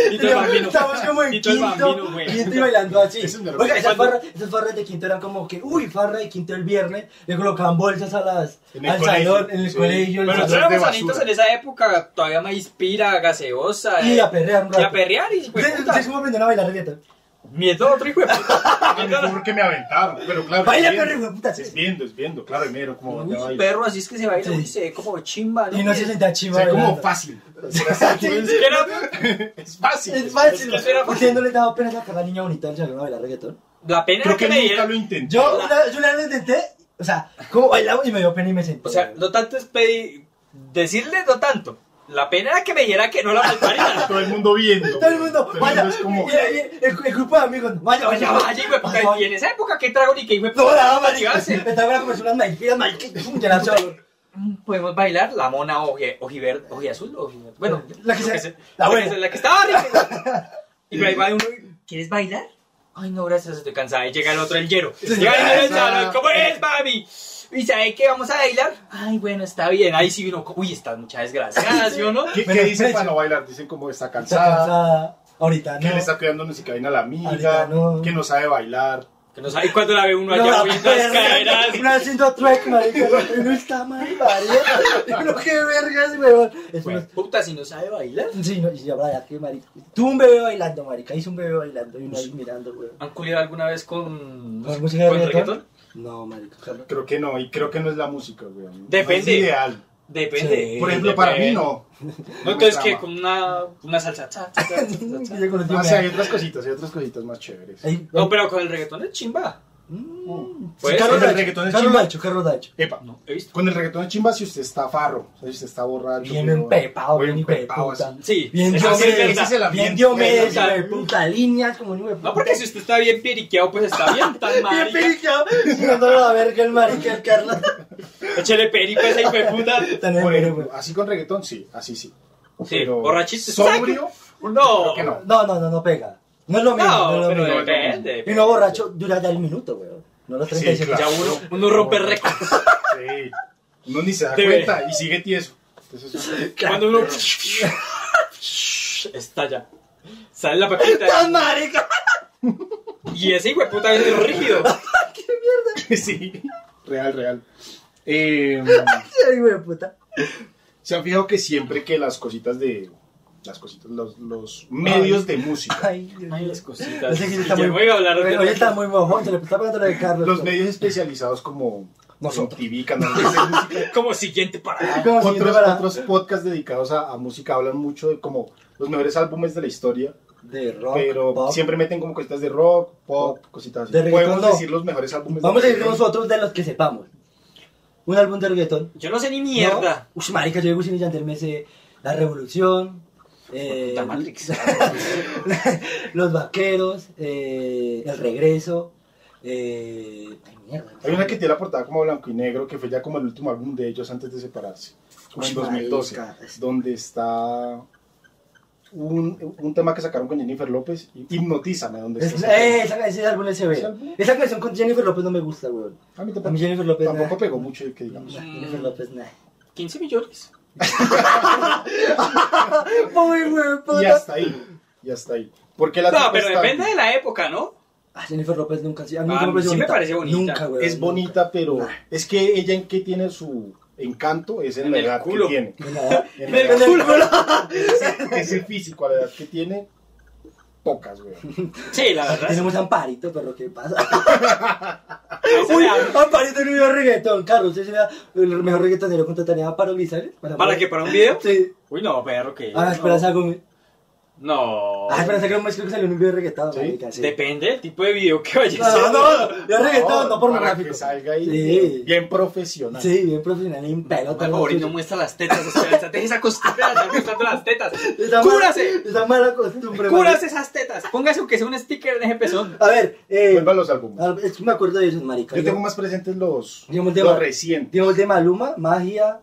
Speaker 3: Tito el bambino.
Speaker 2: Estamos como en
Speaker 3: Tito el
Speaker 2: quinto,
Speaker 3: bambino, güey.
Speaker 2: quinto y bailando así.
Speaker 4: Eso me
Speaker 2: Oiga,
Speaker 4: recuerda
Speaker 2: esas
Speaker 3: cuando-
Speaker 2: farras, esas farras de quinto eran como que, uy, farra de quinto el viernes, le colocaban bolsas a las,
Speaker 4: En el
Speaker 2: al
Speaker 4: colegio.
Speaker 2: salón, en el
Speaker 4: Sí.
Speaker 2: colegio, en el
Speaker 3: Pero
Speaker 4: Bueno,
Speaker 2: salón.
Speaker 3: nosotros
Speaker 4: Salón de
Speaker 3: éramos anitos
Speaker 4: basura.
Speaker 3: en esa época, todavía me inspira gaseosa.
Speaker 2: Y
Speaker 3: eh,
Speaker 2: a perrear un
Speaker 3: Y a
Speaker 2: rato.
Speaker 3: perrear y pues,
Speaker 2: ¿Ustedes ustedes cómo aprendieron a bailar reggaeton?
Speaker 3: Miedo, otro hijo de puta.
Speaker 4: A mí fue porque me aventaron, pero claro.
Speaker 2: Baila,
Speaker 4: es viendo,
Speaker 2: perro, hijo de puta, sí.
Speaker 4: Es viendo, es viendo, claro, y mero, como
Speaker 3: Uy,
Speaker 4: bateaba ahí.
Speaker 3: perro, así es que se baila,
Speaker 2: Sí.
Speaker 3: uy, se ve como
Speaker 4: Ah,
Speaker 3: chimba, ¿no?
Speaker 2: Y no se sentía
Speaker 4: Se
Speaker 2: chiva.
Speaker 4: ve como
Speaker 2: bailando.
Speaker 4: fácil.
Speaker 3: Es que era-
Speaker 4: Es fácil.
Speaker 2: Es fácil.
Speaker 3: Es que eso era
Speaker 2: ¿Ustedes no les daba pena sacar a la niña bonita del salón a bailar reggaetón?
Speaker 3: La pena
Speaker 4: Creo
Speaker 3: que,
Speaker 4: que
Speaker 3: me
Speaker 4: nunca
Speaker 3: dieron.
Speaker 4: lo intenté.
Speaker 2: Yo una, yo una vez lo intenté, o sea, como bailamos y me dio pena y me senté.
Speaker 3: O sea, no tanto es pedir. Decirle no tanto. La pena era que me diera que no la palparía.
Speaker 4: Todo el mundo viendo.
Speaker 2: todo el mundo,
Speaker 4: Todo el
Speaker 2: vaya,
Speaker 4: mundo es como-
Speaker 2: y ahí el, el grupo de amigos, vaya, vaya,
Speaker 3: Vaya, vaya, hijo de puta,
Speaker 2: vaya.
Speaker 3: Y en esa época, ¿qué trago ni qué hijo de
Speaker 2: No,
Speaker 3: puta
Speaker 2: la
Speaker 3: para
Speaker 2: dama,
Speaker 3: motivarse?
Speaker 2: Me estaba para comerse unas maicillas, maicillas, pum, que la chavo.
Speaker 3: Podemos bailar la mona oje, ojiverde, ojivazul, ojiverde. Bueno,
Speaker 2: La que
Speaker 3: yo
Speaker 2: sea,
Speaker 3: qué sé.
Speaker 2: la
Speaker 3: La que
Speaker 2: buena.
Speaker 3: sea, Ah, la que estaba rica. Y por ahí va uno y, ¿quieres bailar? Ay, no, gracias, estoy cansada. Y llega el otro, el yero.
Speaker 2: Sí, Ah.
Speaker 3: Llega el yero del
Speaker 2: esa.
Speaker 3: salón, ¿cómo es, mami? ¿Y sabe qué? ¿Vamos a bailar? Ay, bueno, está bien. Ahí sí vino, uy, estás mucha desgracia, ¿sí o no?
Speaker 4: ¿Qué,
Speaker 2: Pero
Speaker 4: ¿qué dicen
Speaker 2: Fresh-
Speaker 4: para no bailar? Dicen como está
Speaker 2: Está
Speaker 4: cansada,
Speaker 2: cansada. Ahorita
Speaker 4: que
Speaker 2: no.
Speaker 4: le está cuidando ni siquiera bien a la amiga,
Speaker 2: Ahorita no.
Speaker 4: que no sabe bailar.
Speaker 3: Que no sabe cuándo la ve uno
Speaker 2: No, la
Speaker 3: allá, uy, las
Speaker 2: verga,
Speaker 3: caderas.
Speaker 2: Una haciendo track, marica. y Uno está mal, marica. Uno, qué vergas, weón. Es
Speaker 3: Pues,
Speaker 2: una-
Speaker 3: puta, si no sabe bailar.
Speaker 2: Sí, no, y ya, Brian, qué marica. Tuvo un bebé bailando, marica. Hizo un bebé bailando y uno ahí mirando, weón.
Speaker 3: ¿Han culido alguna vez con,
Speaker 2: ¿Con música de reggaetón?
Speaker 3: reggaetón?
Speaker 2: No, marica.
Speaker 4: Creo que no, y creo que no es la música, weón. No
Speaker 3: Depende.
Speaker 4: es ideal.
Speaker 3: Depende.
Speaker 2: Sí.
Speaker 4: Por ejemplo, para mí
Speaker 3: Depende.
Speaker 4: no.
Speaker 3: No,
Speaker 4: me
Speaker 3: entonces
Speaker 4: trama.
Speaker 3: que con una, una salsa. cha, cha, cha, cha, cha, cha.
Speaker 2: Yo con los tíos
Speaker 4: Ah,
Speaker 2: me-
Speaker 4: sí, hay otras cositas, hay otras cositas más chéveres.
Speaker 2: Ahí-
Speaker 3: No, pero con el reggaetón es chimba.
Speaker 2: Mm.
Speaker 3: Pues,
Speaker 2: Sí, Carlos
Speaker 4: el
Speaker 2: Dacho,
Speaker 4: reggaetón es
Speaker 2: Carlos
Speaker 4: chimba.
Speaker 2: Dacho, Carlos Dacho.
Speaker 4: Epa,
Speaker 3: No, he visto.
Speaker 4: con el reggaetón de chimba si usted está farro, o sea, si usted está borracho.
Speaker 2: Bien
Speaker 4: weón,
Speaker 2: empepado,
Speaker 4: o
Speaker 2: bien hijo de
Speaker 4: empepado,
Speaker 2: puta.
Speaker 4: así.
Speaker 3: Sí,
Speaker 2: Bien
Speaker 3: eso sí es
Speaker 2: Diomedes,
Speaker 3: verdad.
Speaker 4: ese es el ambiente.
Speaker 2: Bien Diomedes,
Speaker 3: Bueno,
Speaker 2: hijo de
Speaker 3: ya.
Speaker 2: puta, líneas como un hijo de puta.
Speaker 3: No, porque si usted está bien piriqueado, pues está bien, tan
Speaker 2: Bien
Speaker 3: marica.
Speaker 2: piriqueado, mirándolo a ver que el marica, el Carlos.
Speaker 3: Échele perico a ese hijo de puta.
Speaker 2: Tan
Speaker 4: Por
Speaker 2: enfermo.
Speaker 4: ejemplo, así con reggaetón, sí, así sí.
Speaker 3: Sí,
Speaker 4: Pero
Speaker 3: borrachito.
Speaker 4: Sobrio,
Speaker 3: No,
Speaker 4: creo que no.
Speaker 2: No, no, no, no pega. No es lo mismo. No,
Speaker 3: No,
Speaker 2: es lo
Speaker 3: pero
Speaker 2: mismo.
Speaker 3: depende.
Speaker 2: Y no borracho dura ya el minuto, weón. No los
Speaker 4: Sí,
Speaker 2: 37.
Speaker 4: claro.
Speaker 3: Ya uno, uno rompe récords.
Speaker 4: Sí. Uno ni se da
Speaker 3: Te ve.
Speaker 4: cuenta y sigue tieso. Entonces,
Speaker 3: Cuando uno. Estalla. Sale la paquita.
Speaker 2: ¡Tan marica!
Speaker 3: Y ese hijo de puta viene rígido.
Speaker 4: sí, real, real. Eh,
Speaker 2: Ay, hijo de puta.
Speaker 4: Se han fijado que siempre que las cositas de. Las cositas, los, los medios de música.
Speaker 2: Ay, Dios
Speaker 3: Ay,
Speaker 2: mío.
Speaker 3: las
Speaker 2: No
Speaker 3: cositas.
Speaker 2: sé quién
Speaker 3: Y
Speaker 2: está
Speaker 3: ya
Speaker 2: muy.
Speaker 3: voy a hablar de.
Speaker 2: Oye, está muy mojón. Se le está pegando la de Carlos.
Speaker 4: Los medios especializados como.
Speaker 2: Nosotros.
Speaker 4: MTV, canales de música.
Speaker 3: Como siguiente parada.
Speaker 2: Como siguiente
Speaker 4: Otros,
Speaker 2: para-
Speaker 4: otros podcasts dedicados a, a música hablan mucho de como los mejores álbumes de la historia,
Speaker 2: De rock.
Speaker 4: pero
Speaker 2: pop.
Speaker 4: siempre meten como cositas de rock, pop, cositas así.
Speaker 2: De reggaetón,
Speaker 4: Podemos
Speaker 2: no.
Speaker 4: decir los mejores álbumes
Speaker 2: Vamos a
Speaker 4: de la
Speaker 2: decir
Speaker 4: historia.
Speaker 2: nosotros de los que sepamos. Un álbum de reggaetón.
Speaker 3: Yo no sé ni mierda.
Speaker 2: ¿No? Ush, marica, yo de Wisin y Yandel me sé La Revolución. Eh,
Speaker 3: Puta Matrix.
Speaker 2: Los Vaqueros. eh, el Regreso. Eh, ay, mierda.
Speaker 4: Hay una que tiene la portada como blanco y negro, que fue ya como el último álbum de ellos antes de separarse, como en
Speaker 2: Uy,
Speaker 4: 2012,
Speaker 2: marica, es-
Speaker 4: donde está un, un tema que sacaron con Jennifer López, Hipnotízame, donde
Speaker 2: Es-
Speaker 4: está.
Speaker 2: eh, esa, ese álbum es
Speaker 4: ¿Ese
Speaker 2: severo.
Speaker 4: álbum?
Speaker 2: Esa canción con Jennifer López no me gusta, weón.
Speaker 4: a mí
Speaker 2: A mí
Speaker 4: tampoco,
Speaker 2: Jennifer López.
Speaker 4: tampoco
Speaker 2: nah.
Speaker 4: pegó mucho, que digamos.
Speaker 2: Nah, Jennifer López, nah.
Speaker 3: 15 millones.
Speaker 2: Muy weón,
Speaker 4: Y
Speaker 2: puta.
Speaker 4: hasta ahí, y hasta ahí. Porque la
Speaker 3: No,
Speaker 4: tipa
Speaker 3: pero
Speaker 4: está-
Speaker 3: depende de la época, ¿no?
Speaker 2: Ah, Jennifer López nunca. A mí
Speaker 3: Ah,
Speaker 2: nunca me pareció
Speaker 3: sí me parece bonita.
Speaker 2: Nunca, weón,
Speaker 4: Es
Speaker 2: nunca.
Speaker 4: bonita, pero
Speaker 2: Nah.
Speaker 4: es que ella en qué tiene su encanto es en,
Speaker 3: En
Speaker 4: la
Speaker 3: el
Speaker 4: edad
Speaker 3: culo.
Speaker 4: que tiene.
Speaker 2: En la edad.
Speaker 4: En
Speaker 3: En
Speaker 4: la
Speaker 3: el
Speaker 4: edad-
Speaker 3: culo.
Speaker 4: es el físico, a la edad que tiene, pocas, güey.
Speaker 3: Sí, la verdad. sí.
Speaker 2: Tenemos a Amparito, pero ¿qué pasa?
Speaker 3: Esa
Speaker 2: Uy,
Speaker 3: le hablo.
Speaker 2: Amparito no vio reggaetón, Carlos. Ese era el mejor reggaetonero contrataría a Paro Grisales.
Speaker 3: ¿Para qué? ¿Para un video?
Speaker 2: ¿eh? Sí.
Speaker 3: Uy, no, perro, que.
Speaker 2: Ah, Esperanza Gómez.
Speaker 3: No.
Speaker 2: Ah, Esperanza Gómez creo que salió en un video de reggaetón.
Speaker 4: Sí.
Speaker 2: marica, sí.
Speaker 3: Depende del tipo de video que vayas a
Speaker 2: Ah, No, no,
Speaker 3: hacer.
Speaker 2: no. Yo reggaetón, no
Speaker 4: para
Speaker 2: pornográfico.
Speaker 4: que salga ahí
Speaker 2: Sí.
Speaker 4: bien profesional.
Speaker 2: Sí, bien profesional, en pelo.
Speaker 3: Por favor, y no muestra las tetas, Esperanza. Deja esa costumbre de estar mostrando las tetas.
Speaker 2: Esa mala-
Speaker 3: ¡Cúrase!
Speaker 2: Esa mala costumbre.
Speaker 3: ¡Cúrase
Speaker 2: marica.
Speaker 3: esas tetas! Póngase aunque sea un sticker en ese pezón.
Speaker 2: A ver, eh.
Speaker 4: Vuelva a los álbumes.
Speaker 2: al- Es que me acuerdo de esos, marica.
Speaker 4: Yo tengo más presentes los,
Speaker 2: Digamos, de-
Speaker 4: los recientes.
Speaker 2: Digamos de Maluma, Magia,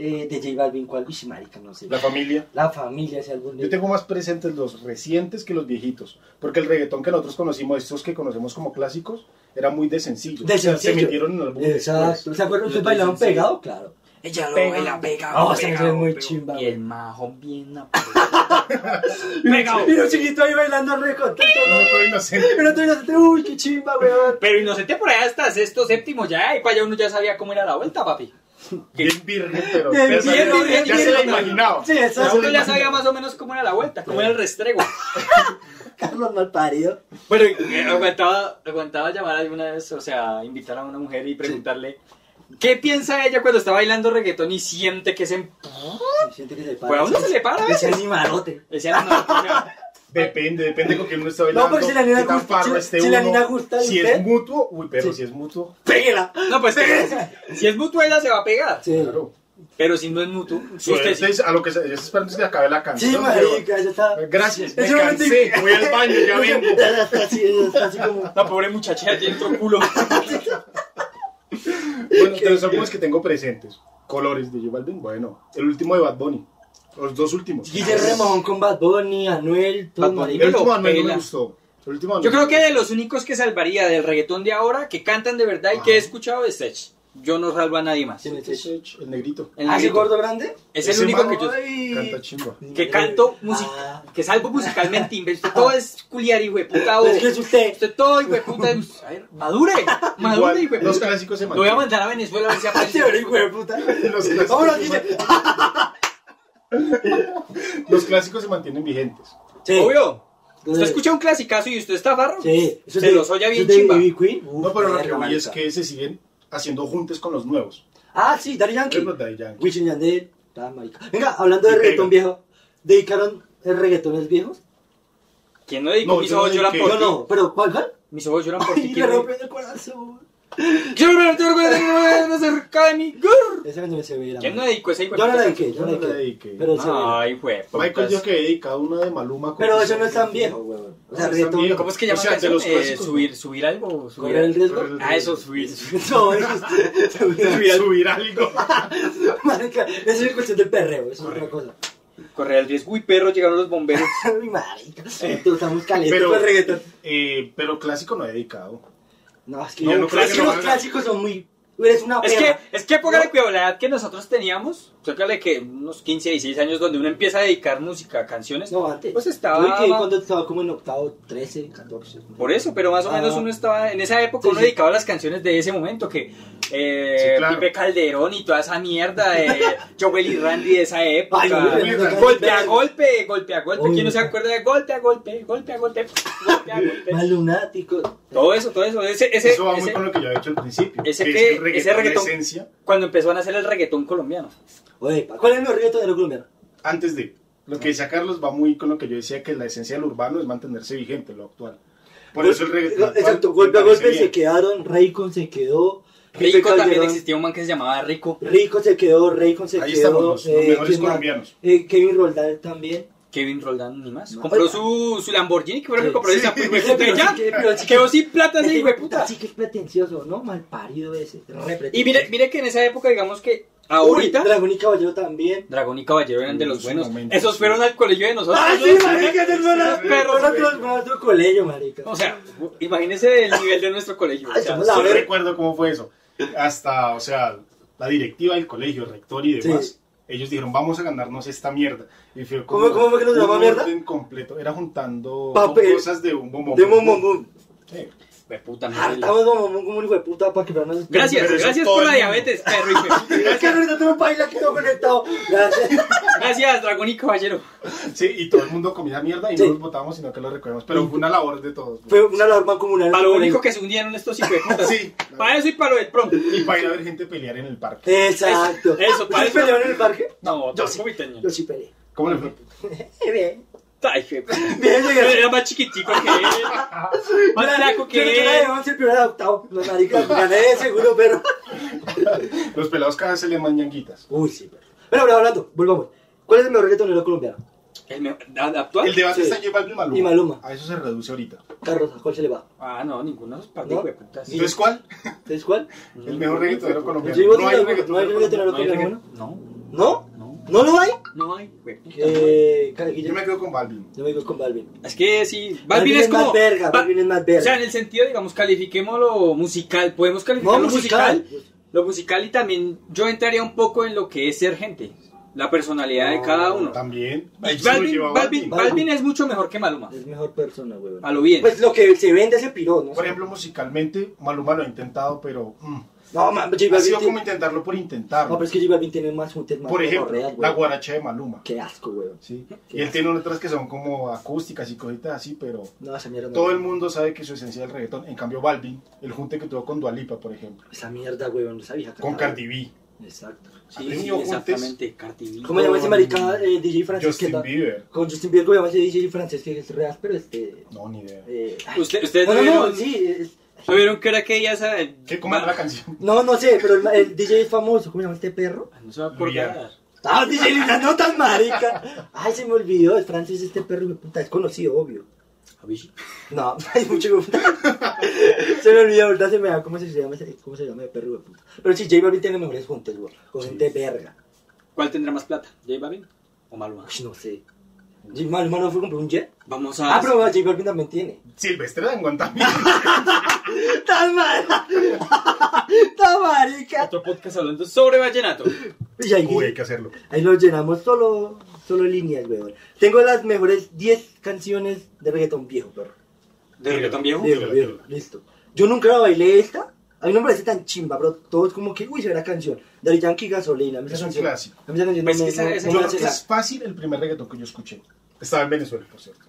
Speaker 2: eh, de J Balvin, ¿cuál? Uy, marica, no sé.
Speaker 4: La familia.
Speaker 2: La familia, ese álbum. de-
Speaker 4: Yo tengo más presentes los recientes que los viejitos. Porque el reggaetón que nosotros conocimos, estos que conocemos como clásicos, era muy de sencillo.
Speaker 2: De
Speaker 4: O sea,
Speaker 2: sencillo.
Speaker 4: Se metieron en álbumes.
Speaker 2: Exacto. ¿Se acuerdan? ¿Ustedes bailaban
Speaker 3: Sí, sí.
Speaker 2: pegado? Claro.
Speaker 3: Ella lo
Speaker 4: Pega.
Speaker 3: baila pegado.
Speaker 2: Oh, esa
Speaker 3: pegado,
Speaker 2: canción es muy
Speaker 3: pegado.
Speaker 2: chimba,
Speaker 3: Y
Speaker 2: güey.
Speaker 3: el majo bien apretado. Pegado.
Speaker 2: Y los chiquitos ahí bailando re contentos.
Speaker 4: No, todo inocente.
Speaker 2: Pero tú dices, uy, qué chimba, weón.
Speaker 3: Pero inocente por allá hasta sexto, séptimo ya. Y para allá uno ya sabía cómo era la vuelta, papi.
Speaker 4: Bien virgen, pero
Speaker 2: Bien
Speaker 4: pero
Speaker 3: virgen,
Speaker 4: ya
Speaker 3: bien
Speaker 4: se la
Speaker 3: virgen.
Speaker 4: imaginaba.
Speaker 2: Sí, eso
Speaker 3: Ya
Speaker 2: es
Speaker 3: uno ya
Speaker 2: el
Speaker 3: sabía más o menos cómo era la vuelta, cómo era el restrego.
Speaker 2: Carlos Malparido.
Speaker 3: Bueno, eh, aguantaba, aguantaba llamar alguna vez, o sea, invitar a una mujer y preguntarle qué piensa ella cuando está bailando reggaetón y siente que se... emp-
Speaker 2: Siente que se para.
Speaker 3: Pues a uno se le para a
Speaker 2: Ese
Speaker 3: veces.
Speaker 2: animalote.
Speaker 3: Decía la madre,
Speaker 4: Depende, depende con quién uno está
Speaker 2: No,
Speaker 4: bailando.
Speaker 2: porque si la nena
Speaker 4: qué tan
Speaker 2: gusta-
Speaker 4: farro
Speaker 2: si-
Speaker 4: esté
Speaker 2: si la
Speaker 4: uno,
Speaker 2: nena gusta,
Speaker 4: Si
Speaker 2: ¿usted?
Speaker 4: es mutuo, uy, pero
Speaker 2: Sí.
Speaker 4: si es mutuo,
Speaker 2: ¡Péguela!
Speaker 3: No, pues si es mutuo, ella se va a pegar.
Speaker 2: Sí,
Speaker 4: claro.
Speaker 3: Pero si no es mutuo, usted
Speaker 4: Ustedes, a lo que se, yo estoy esperando es que acabe la canción.
Speaker 2: sí
Speaker 4: pero-
Speaker 2: marica, ya está.
Speaker 4: Gracias, me
Speaker 2: Ese momento-
Speaker 4: cansé, voy al baño, ya vengo.
Speaker 2: Ya está así, ya está así como...
Speaker 3: La pobre muchacha allí entró culo.
Speaker 4: Bueno, entonces son cosas que tengo presentes. Colores de J Balvin, bueno. El último de Bad Bunny. Los dos últimos.
Speaker 2: Guillermo Ramón con Bad Bunny, Anuel, todo
Speaker 3: Bad Bunny.
Speaker 4: El último de Anuel no
Speaker 3: Pela.
Speaker 4: me gustó. El último de
Speaker 3: Yo
Speaker 4: Anuel.
Speaker 3: creo que de los únicos que salvaría del reggaetón de ahora, que cantan de verdad y que he escuchado es Sech. Yo no salvo a nadie más.
Speaker 2: Sí,
Speaker 3: El
Speaker 2: me
Speaker 4: Ese
Speaker 2: eché.
Speaker 4: es El negrito.
Speaker 2: ¿Ah, sí,
Speaker 3: negrito.
Speaker 2: gordo grande?
Speaker 3: es el
Speaker 4: Ese
Speaker 3: único
Speaker 4: man-
Speaker 3: que yo...
Speaker 2: Ay.
Speaker 4: Canta chimba.
Speaker 3: Que canto
Speaker 2: Ah.
Speaker 3: música, que salvo musicalmente, imbécil. Usted Todo es culiar, hijo de puta. o-
Speaker 2: Es que es usted.
Speaker 3: Ah, oh. Usted todo, hijo de puta. es- A ver, madure, madure, hijo de
Speaker 4: Igual, los
Speaker 3: puta.
Speaker 4: clásicos se
Speaker 3: Lo voy a
Speaker 4: mantienen.
Speaker 3: mandar a Venezuela a ver si
Speaker 2: Ah, Sí,
Speaker 3: aparece.
Speaker 2: pero hijo de puta.
Speaker 4: Los clásicos,
Speaker 2: Vámonos,
Speaker 4: se
Speaker 2: Guille.
Speaker 4: mantienen- los clásicos se mantienen vigentes.
Speaker 2: Sí.
Speaker 3: Obvio. Usted
Speaker 2: Sí.
Speaker 3: escucha un clasicazo y usted está farro.
Speaker 2: Sí. eso es
Speaker 3: Se
Speaker 2: de-
Speaker 3: los oye
Speaker 2: eso
Speaker 3: bien
Speaker 2: es de
Speaker 3: chimba.
Speaker 2: BB Queen. Uf,
Speaker 4: No, pero lo que
Speaker 2: verga,
Speaker 4: voy es
Speaker 2: marica.
Speaker 4: que se siguen haciendo juntes con los nuevos.
Speaker 2: Ah, sí, Daddy
Speaker 4: Por
Speaker 2: Yankee.
Speaker 4: ejemplo, Daddy Yankee.
Speaker 2: Wisin y Yandel. Ah, marica. Venga, hablando de
Speaker 4: Y
Speaker 2: reggaetón
Speaker 4: pega.
Speaker 2: viejo, ¿dedicaron el reggaetones viejos?
Speaker 3: ¿Quién no dijo
Speaker 4: No,
Speaker 3: mis
Speaker 4: yo no
Speaker 3: ojos lloran
Speaker 4: dije.
Speaker 3: por
Speaker 2: No,
Speaker 3: ti?
Speaker 2: no, pero ¿cuál, cuál?
Speaker 3: Mis ojos lloran por ti.
Speaker 2: Y le
Speaker 3: quiero-
Speaker 2: rompió el corazón.
Speaker 3: Quiero verte orgulloso eh, cerca de mí. Grrr.
Speaker 2: Esa canción se veía.
Speaker 3: ¿Quién no dedicó ese hijo de
Speaker 2: Yo no la
Speaker 3: puta?
Speaker 2: dediqué, yo no la dediqué. Pero se veía.
Speaker 3: Ay, güey.
Speaker 4: Michael dijo que he dedicado una de Maluma. con-
Speaker 2: Pero eso no es tan viejo, weón. O sea,
Speaker 4: No es tan viejo.
Speaker 2: reggaetón.
Speaker 3: ¿Cómo es que llama
Speaker 4: O sea,
Speaker 3: la
Speaker 4: de los
Speaker 3: canción? Eh,
Speaker 4: clásicos,
Speaker 3: subir, subir algo. Subir
Speaker 2: ¿Correr el riesgo?
Speaker 4: Correr el
Speaker 3: Ah, eso, subir.
Speaker 2: No, eso es. se veía.
Speaker 4: Subir algo.
Speaker 2: Marica, eso es cuestión del perreo, eso es otra cosa.
Speaker 3: Correr el riesgo. Uy, perro, llegaron los bomberos.
Speaker 2: Ay, marica, te usamos caliente
Speaker 4: Pero,
Speaker 2: con el reggaetón.
Speaker 4: eh, pero clásico no he dedicado.
Speaker 2: No, es que,
Speaker 4: No,
Speaker 2: yo-
Speaker 4: no
Speaker 2: es
Speaker 4: creo
Speaker 2: que
Speaker 4: que lo
Speaker 2: los
Speaker 4: haga.
Speaker 2: clásicos son muy. Eres una
Speaker 3: Es que,
Speaker 2: perra.
Speaker 3: es que póngale cuidado, la edad que nosotros teníamos, póngale que unos 15, 16 años donde uno empieza a dedicar música, canciones,
Speaker 2: No, antes.
Speaker 3: pues estaba...
Speaker 2: Yo que cuando estaba como en octavo, 13, 14.
Speaker 3: Por eso, pero más o
Speaker 2: Ah.
Speaker 3: menos uno estaba, en esa época
Speaker 2: Sí,
Speaker 3: uno
Speaker 2: sí.
Speaker 3: dedicaba las canciones de ese momento, que eh,
Speaker 4: Sí, claro.
Speaker 3: Pipe Calderón y toda esa mierda de Joel y Randy de esa época.
Speaker 2: Ay,
Speaker 4: güey,
Speaker 2: no,
Speaker 3: golpe a
Speaker 2: no,
Speaker 3: golpe, golpe a golpe,
Speaker 2: Uy.
Speaker 3: ¿quién no se acuerda de golpe a golpe, golpe a golpe, golpe a golpe?
Speaker 2: Más lunático.
Speaker 3: Todo eso, todo eso, ese, ese,
Speaker 4: Eso va muy
Speaker 3: ese-
Speaker 4: con lo que yo había hecho al principio.
Speaker 3: ese
Speaker 4: que
Speaker 3: que-
Speaker 4: es
Speaker 3: ese
Speaker 4: el reggaetón,
Speaker 3: reggaetón-
Speaker 4: de esencia
Speaker 3: cuando empezó a nacer el reggaetón colombiano.
Speaker 2: Oye, pa, ¿cuál es el mejor reggaetonero colombiano?
Speaker 4: antes de. Lo que decía Carlos va muy con lo que yo decía que la esencia del urbano es mantenerse vigente, lo actual. Por eso el reggaetón. actual
Speaker 2: Exacto,
Speaker 4: me
Speaker 2: golpe a
Speaker 4: parece
Speaker 2: golpe se
Speaker 4: bien.
Speaker 2: quedaron, Raycon se quedó. Pipe
Speaker 3: Rico también
Speaker 2: Calderón,
Speaker 3: existía un man que se llamaba Rico,
Speaker 2: Rico se quedó, Raycon se
Speaker 4: Ahí
Speaker 2: quedó.
Speaker 4: estamos los, los mejores
Speaker 2: ¿quién más?
Speaker 4: colombianos.
Speaker 2: Eh, Kevin Roldán también.
Speaker 3: Kevin Roldán, ni más.
Speaker 2: No,
Speaker 3: Compró
Speaker 2: oiga.
Speaker 3: su, su Lamborghini, que fue lo que
Speaker 2: Sí,
Speaker 3: compró
Speaker 4: sí.
Speaker 3: esa puta
Speaker 2: Pero
Speaker 3: ya,
Speaker 2: sí que- pero sí que-
Speaker 3: quedó sin plata ese hijo de puta.
Speaker 2: Sí que es pretencioso, ¿no? Mal parido ese. re
Speaker 3: Y mire,
Speaker 2: pretencioso.
Speaker 3: mire que en esa época, digamos que
Speaker 2: Uy,
Speaker 3: ahorita,
Speaker 2: Dragón y Caballero también.
Speaker 3: Dragón y Caballero eran de los
Speaker 4: Uy,
Speaker 3: buenos.
Speaker 4: ese momento,
Speaker 3: Esos
Speaker 4: sí.
Speaker 3: fueron al colegio de nosotros.
Speaker 2: ¡Ah, sí,
Speaker 3: Los
Speaker 2: marica! Es el
Speaker 3: perros,
Speaker 2: Pero
Speaker 3: perros.
Speaker 2: nosotros con otro colegio, marica.
Speaker 3: O sea, imagínese el nivel de nuestro colegio.
Speaker 2: Ay,
Speaker 3: o sea,
Speaker 2: somos la
Speaker 4: Yo
Speaker 2: verga.
Speaker 4: recuerdo cómo fue eso. Hasta, o sea, la directiva del colegio, el rector y demás.
Speaker 2: Sí.
Speaker 4: Ellos dijeron, vamos a ganarnos esta mierda. Y fue
Speaker 2: ¿Cómo-
Speaker 4: como
Speaker 2: cómo fue que nos
Speaker 4: un
Speaker 2: llamó mierda?
Speaker 4: orden completo. Era juntando
Speaker 2: Papel.
Speaker 4: cosas de un bombón.
Speaker 2: De Mom Mom Boom.
Speaker 4: Sí.
Speaker 3: de puta madre.
Speaker 2: Hartamos Mom Mom Boom como un hijo de puta para quebrarnos.
Speaker 3: Gracias,
Speaker 4: Pero eso
Speaker 3: gracias
Speaker 4: todo
Speaker 3: por
Speaker 4: el
Speaker 3: la
Speaker 4: mundo.
Speaker 3: diabetes, perro. hijo de puta.
Speaker 2: Es que ahorita tengo un país aquí todo conectado. Gracias.
Speaker 3: Gracias, Dragón y Caballero.
Speaker 4: Sí, y todo el mundo comía mierda y
Speaker 2: Sí.
Speaker 4: no los votamos, sino que los recogemos. Pero fue una labor de todos. ¿no?
Speaker 2: Fue una alarma comunal.
Speaker 3: Para lo único que se unieron estos hijos de puta.
Speaker 4: Sí.
Speaker 3: Para eso y para lo del prom.
Speaker 4: Y para ir a ver gente pelear en el parque.
Speaker 2: Exacto.
Speaker 3: Eso, eso, para
Speaker 2: ¿Ustedes
Speaker 3: eso.
Speaker 2: pelearon en el parque? yo
Speaker 3: No, yo
Speaker 2: sí.
Speaker 3: soy viteño.
Speaker 2: Yo sí peleé.
Speaker 4: ¿Cómo le fue?
Speaker 2: Bien.
Speaker 3: Ay, jefe.
Speaker 2: Bien,
Speaker 3: Yo
Speaker 2: llegué.
Speaker 3: era más chiquitico que él. Más flaco
Speaker 2: Yo
Speaker 3: que
Speaker 2: era de
Speaker 3: él.
Speaker 2: 11 primero de octavo. Los maricas, gané de seguro, pero.
Speaker 4: Los pelados cada vez se le mañanguitas.
Speaker 2: Uy, sí, pero. Bueno, pero hablando, volvamos. ¿Cuál es el mejor reggaetonero colombiano?
Speaker 3: El me- ¿Actual?
Speaker 4: El debate
Speaker 2: Sí.
Speaker 4: está en J Balvin y Maluma.
Speaker 2: Y Maluma.
Speaker 4: A eso se reduce ahorita.
Speaker 2: Carlos, ¿a cuál se le va?
Speaker 3: Ah, no, ninguno de esos par de
Speaker 2: No.
Speaker 3: hueputas.
Speaker 4: Entonces, ¿cuál?
Speaker 2: ¿Ustedes cuál?
Speaker 4: El mejor reggaetonero colombiano.
Speaker 2: Yo digo que no,
Speaker 4: reggaetonero
Speaker 2: no hay reggaetonero
Speaker 4: colombiano.
Speaker 3: No hay
Speaker 2: colombiano.
Speaker 3: regga- No,
Speaker 2: ¿No?
Speaker 3: no,
Speaker 2: ¿No lo hay?
Speaker 3: no hay hueputas.
Speaker 2: Eh. cara,
Speaker 4: Yo
Speaker 2: Guillermo,
Speaker 4: me quedo con Balvin.
Speaker 2: Yo me quedo con Balvin.
Speaker 3: Es que sí, Balvin es
Speaker 2: más
Speaker 3: como...
Speaker 2: verga,
Speaker 3: Va-
Speaker 2: Balvin es más
Speaker 3: O sea,
Speaker 2: verga.
Speaker 3: en el sentido, digamos, califiquémoslo musical. Podemos calificarlo
Speaker 2: No, musical.
Speaker 3: musical. Lo musical y también yo entraría un poco en lo que es ser gente. La personalidad de cada uno.
Speaker 4: También. Ahí
Speaker 3: Balvin,
Speaker 4: se lo lleva
Speaker 3: Balvin, Balvin,
Speaker 2: Balvin.
Speaker 3: es mucho mejor que Maluma.
Speaker 2: Es mejor persona, weón.
Speaker 3: A lo bien.
Speaker 2: Pues lo que se vende ese pirón, ¿no?
Speaker 4: Por ejemplo, musicalmente, Maluma lo ha intentado, pero mm,
Speaker 2: No, man, J
Speaker 4: ha
Speaker 2: Balvin
Speaker 4: sido
Speaker 2: tiene-
Speaker 4: como intentarlo por
Speaker 2: No,
Speaker 4: intentarlo.
Speaker 2: pero es que J Balvin tiene más juntes más
Speaker 4: Por ejemplo,
Speaker 2: gonorreas,
Speaker 4: la
Speaker 2: weón.
Speaker 4: guaracha de Maluma.
Speaker 2: Qué asco, weón.
Speaker 4: ¿sí?
Speaker 2: Qué
Speaker 4: Y él
Speaker 2: asco.
Speaker 4: tiene otras que son como acústicas y cositas así, pero
Speaker 2: No, esa mierda. no.
Speaker 4: todo el mundo sabe que su esencia es el reggaetón. En cambio, Balvin, el junte que tuvo con Dualipa, por ejemplo,
Speaker 2: Esa mierda, weón. Esa vieja.
Speaker 4: con
Speaker 2: cantaba.
Speaker 4: Cardi B.
Speaker 2: Exacto.
Speaker 3: Sí, sí,
Speaker 4: Artemio Montes.
Speaker 3: exactamente. Carti B.
Speaker 2: ¿Cómo se llama ese maricada eh, DJ francés que
Speaker 4: Justin
Speaker 2: ta-
Speaker 4: Bieber.
Speaker 2: Con Justin Bieber, ¿cómo se llama ese DJ francés que es real, pero este...
Speaker 4: No, ni idea.
Speaker 2: eh, ay.
Speaker 3: Usted- Ustedes
Speaker 2: no, no, no,
Speaker 3: vieron,
Speaker 2: sí, es-
Speaker 3: ¿no vieron que era que ella esa.
Speaker 4: ¿Qué? ¿Cómo era la
Speaker 3: Va-
Speaker 4: canción?
Speaker 2: no, no sé, pero el, ma- el DJ es famoso, ¿cómo se llama este perro?
Speaker 3: Pues, No se va a acordar.
Speaker 2: Ah, DJ Lina, no tan marica. Ay, se me olvidó, es francés este perro, hijo de puta, es conocido, obvio.
Speaker 3: Avicii.
Speaker 2: No, hay mucho hijo de puta. Se me olvidó, ahorita se me da cómo se llama ese, cómo se llama el perro, hijo de puta. Pero sí, J Balvin tiene mejores juntas, güey, con gente verga.
Speaker 3: ¿Cuál tendrá más plata? ¿J Balvin o Maluma?
Speaker 2: Uy, no sé. J Balvin no fue a comprar un jet.
Speaker 3: Vamos a.
Speaker 2: Ah, pero J Balvin también tiene.
Speaker 4: Silvestre Dangond también.
Speaker 2: ¡Tan marica! ¡Tan marica!
Speaker 3: Otro podcast hablando sobre vallenato.
Speaker 2: Y Pues ahí,
Speaker 4: Uy, hay que hacerlo.
Speaker 2: ahí lo llenamos solo, solo líneas, weón. Tengo las mejores 10 canciones de reggaetón viejo, perro.
Speaker 3: ¿De reggaetón viejo?
Speaker 2: Viejo,
Speaker 4: tírala,
Speaker 2: viejo,
Speaker 4: tírala.
Speaker 2: listo. Yo nunca la bailé esta. A mí no me parece tan chimba, bro. Todos como que, uy, se ve la canción. Dari Yankee Gasolina. a mí esa
Speaker 4: Es un
Speaker 2: canción-
Speaker 4: clásico.
Speaker 2: A mí esa canción
Speaker 3: Pues
Speaker 2: no
Speaker 3: que
Speaker 2: me-
Speaker 3: esa-
Speaker 2: no-
Speaker 3: esa
Speaker 2: no me
Speaker 3: yo
Speaker 2: hace
Speaker 4: Es fácil el primer reggaetón que yo escuché. Estaba en Venezuela, por cierto.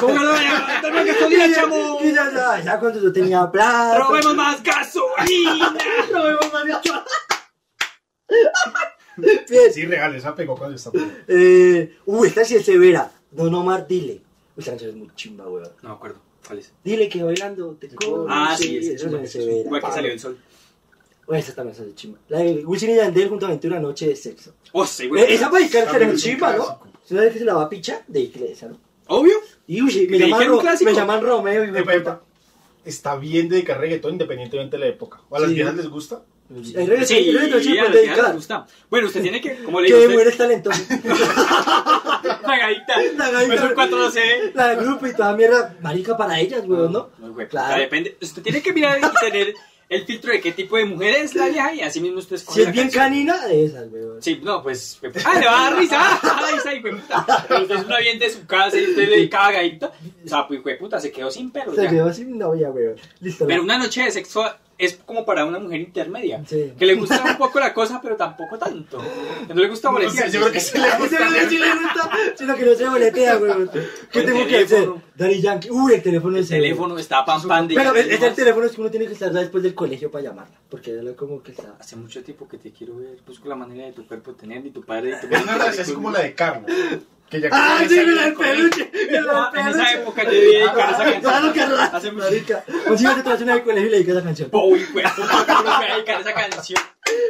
Speaker 3: ¿Cómo que no? Ya, también que solía, chamo.
Speaker 2: nada. Ya, ya, ya cuando ah, yo tenía plata.
Speaker 3: ¡Robemos más gasolina!
Speaker 2: Robemos mariachi. Bien.
Speaker 4: Sí, real, esa pegó cuando yo estaba.
Speaker 2: Eh, uh, esta sí es severa. Don Omar, dile. Uy, esa canción es muy chimba, weón.
Speaker 3: No me acuerdo. ¿Cuál es?
Speaker 2: Dile que bailando te conocí.
Speaker 3: Ah, sí, esa es
Speaker 2: esa canción es severa.
Speaker 3: Igual que
Speaker 2: pa.
Speaker 3: salió el sol.
Speaker 2: Uy, esa también es chimba. La de Wisin y Yandel junto a Aventura Noche de Sexo.
Speaker 3: ¡Oh, sí,
Speaker 2: Eh,
Speaker 3: güey!
Speaker 2: esa para dedicarse
Speaker 4: También
Speaker 2: en
Speaker 4: es un
Speaker 2: chimba, ¿no?
Speaker 4: clásico.
Speaker 2: Si una vez que se la va a picha, dedíquele esa, ¿no?
Speaker 3: Obvio.
Speaker 2: Y uy, me
Speaker 3: Dedíquele
Speaker 2: llaman,
Speaker 3: un
Speaker 2: Ro-
Speaker 3: clásico.
Speaker 2: me llaman Romeo y me puta.
Speaker 4: Está bien dedicar reggaetón independientemente de la época. ¿O a las
Speaker 2: Sí.
Speaker 4: viejas les gusta?
Speaker 2: Hay reggaetón,
Speaker 3: Sí,
Speaker 2: hay reggaetón
Speaker 3: a
Speaker 2: chimba para
Speaker 3: los que ya les
Speaker 2: dedicar.
Speaker 3: gusta. Bueno, usted tiene que, como le digo,
Speaker 2: Qué
Speaker 3: usted,
Speaker 2: mujeres talentosas.
Speaker 3: pagadita.
Speaker 2: La gaita.
Speaker 3: Eso en cuanto no sé.
Speaker 2: La de grupo y toda mierda. Marica para ellas, weón, ¿no?
Speaker 3: Muy güey.
Speaker 2: Claro.
Speaker 3: O sea, depende. Pues, Usted tiene que mirar y tener el filtro de qué tipo de mujer es la vieja y así mismo usted escoge
Speaker 2: Si es
Speaker 3: la
Speaker 2: bien
Speaker 3: canción.
Speaker 2: canina, de esas, weón.
Speaker 3: Sí, no, pues. fue- ¡Ah, le va a dar risa! ¡Ah, risa y puta! Pero usted es una bien de su casa y usted le dedicaba gaita. O sea, pues, puta, se quedó sin perro.
Speaker 2: Se
Speaker 3: ya.
Speaker 2: quedó sin novia, weón. Listo.
Speaker 3: Pero
Speaker 2: la-
Speaker 3: una noche de sexo es como para una mujer intermedia.
Speaker 2: Sí.
Speaker 3: Que le gusta un poco la cosa, pero tampoco tanto. Que no le gusta
Speaker 4: No
Speaker 3: molestar.
Speaker 4: sé, yo creo que sí le
Speaker 2: Ese
Speaker 4: gusta.
Speaker 2: no si le gusta, sino que no se boletea, weón. ¿Qué
Speaker 3: El
Speaker 2: tengo que hacer?
Speaker 3: teléfono.
Speaker 2: Daddy Yankee. Uy, el teléfono
Speaker 3: El
Speaker 2: es severo.
Speaker 3: teléfono está pan pan de.
Speaker 2: Pero es, es el teléfono que uno tiene que estar después del colegio para llamarla. Porque era como que está.
Speaker 3: Hace mucho tiempo que te quiero ver. Busco la manera de tu cuerpo tener, ni tu padre, ni tu madre.
Speaker 4: Es una canción así como la de Carlos. Que ya
Speaker 2: ¡Ah, sí,
Speaker 4: salió
Speaker 2: la del
Speaker 4: con él.
Speaker 2: peluche! ¡La
Speaker 3: Ah,
Speaker 2: del
Speaker 3: en esa
Speaker 2: peluche!
Speaker 3: época yo vivía con esa
Speaker 2: Ah,
Speaker 3: canción.
Speaker 2: Claro que raro.
Speaker 3: Hace mucho
Speaker 2: Marica. Consígate tu vacuna del colegio y le dedicas la canción.
Speaker 3: Bowie, güey. ¿Cómo me voy a dedicar a esa canción?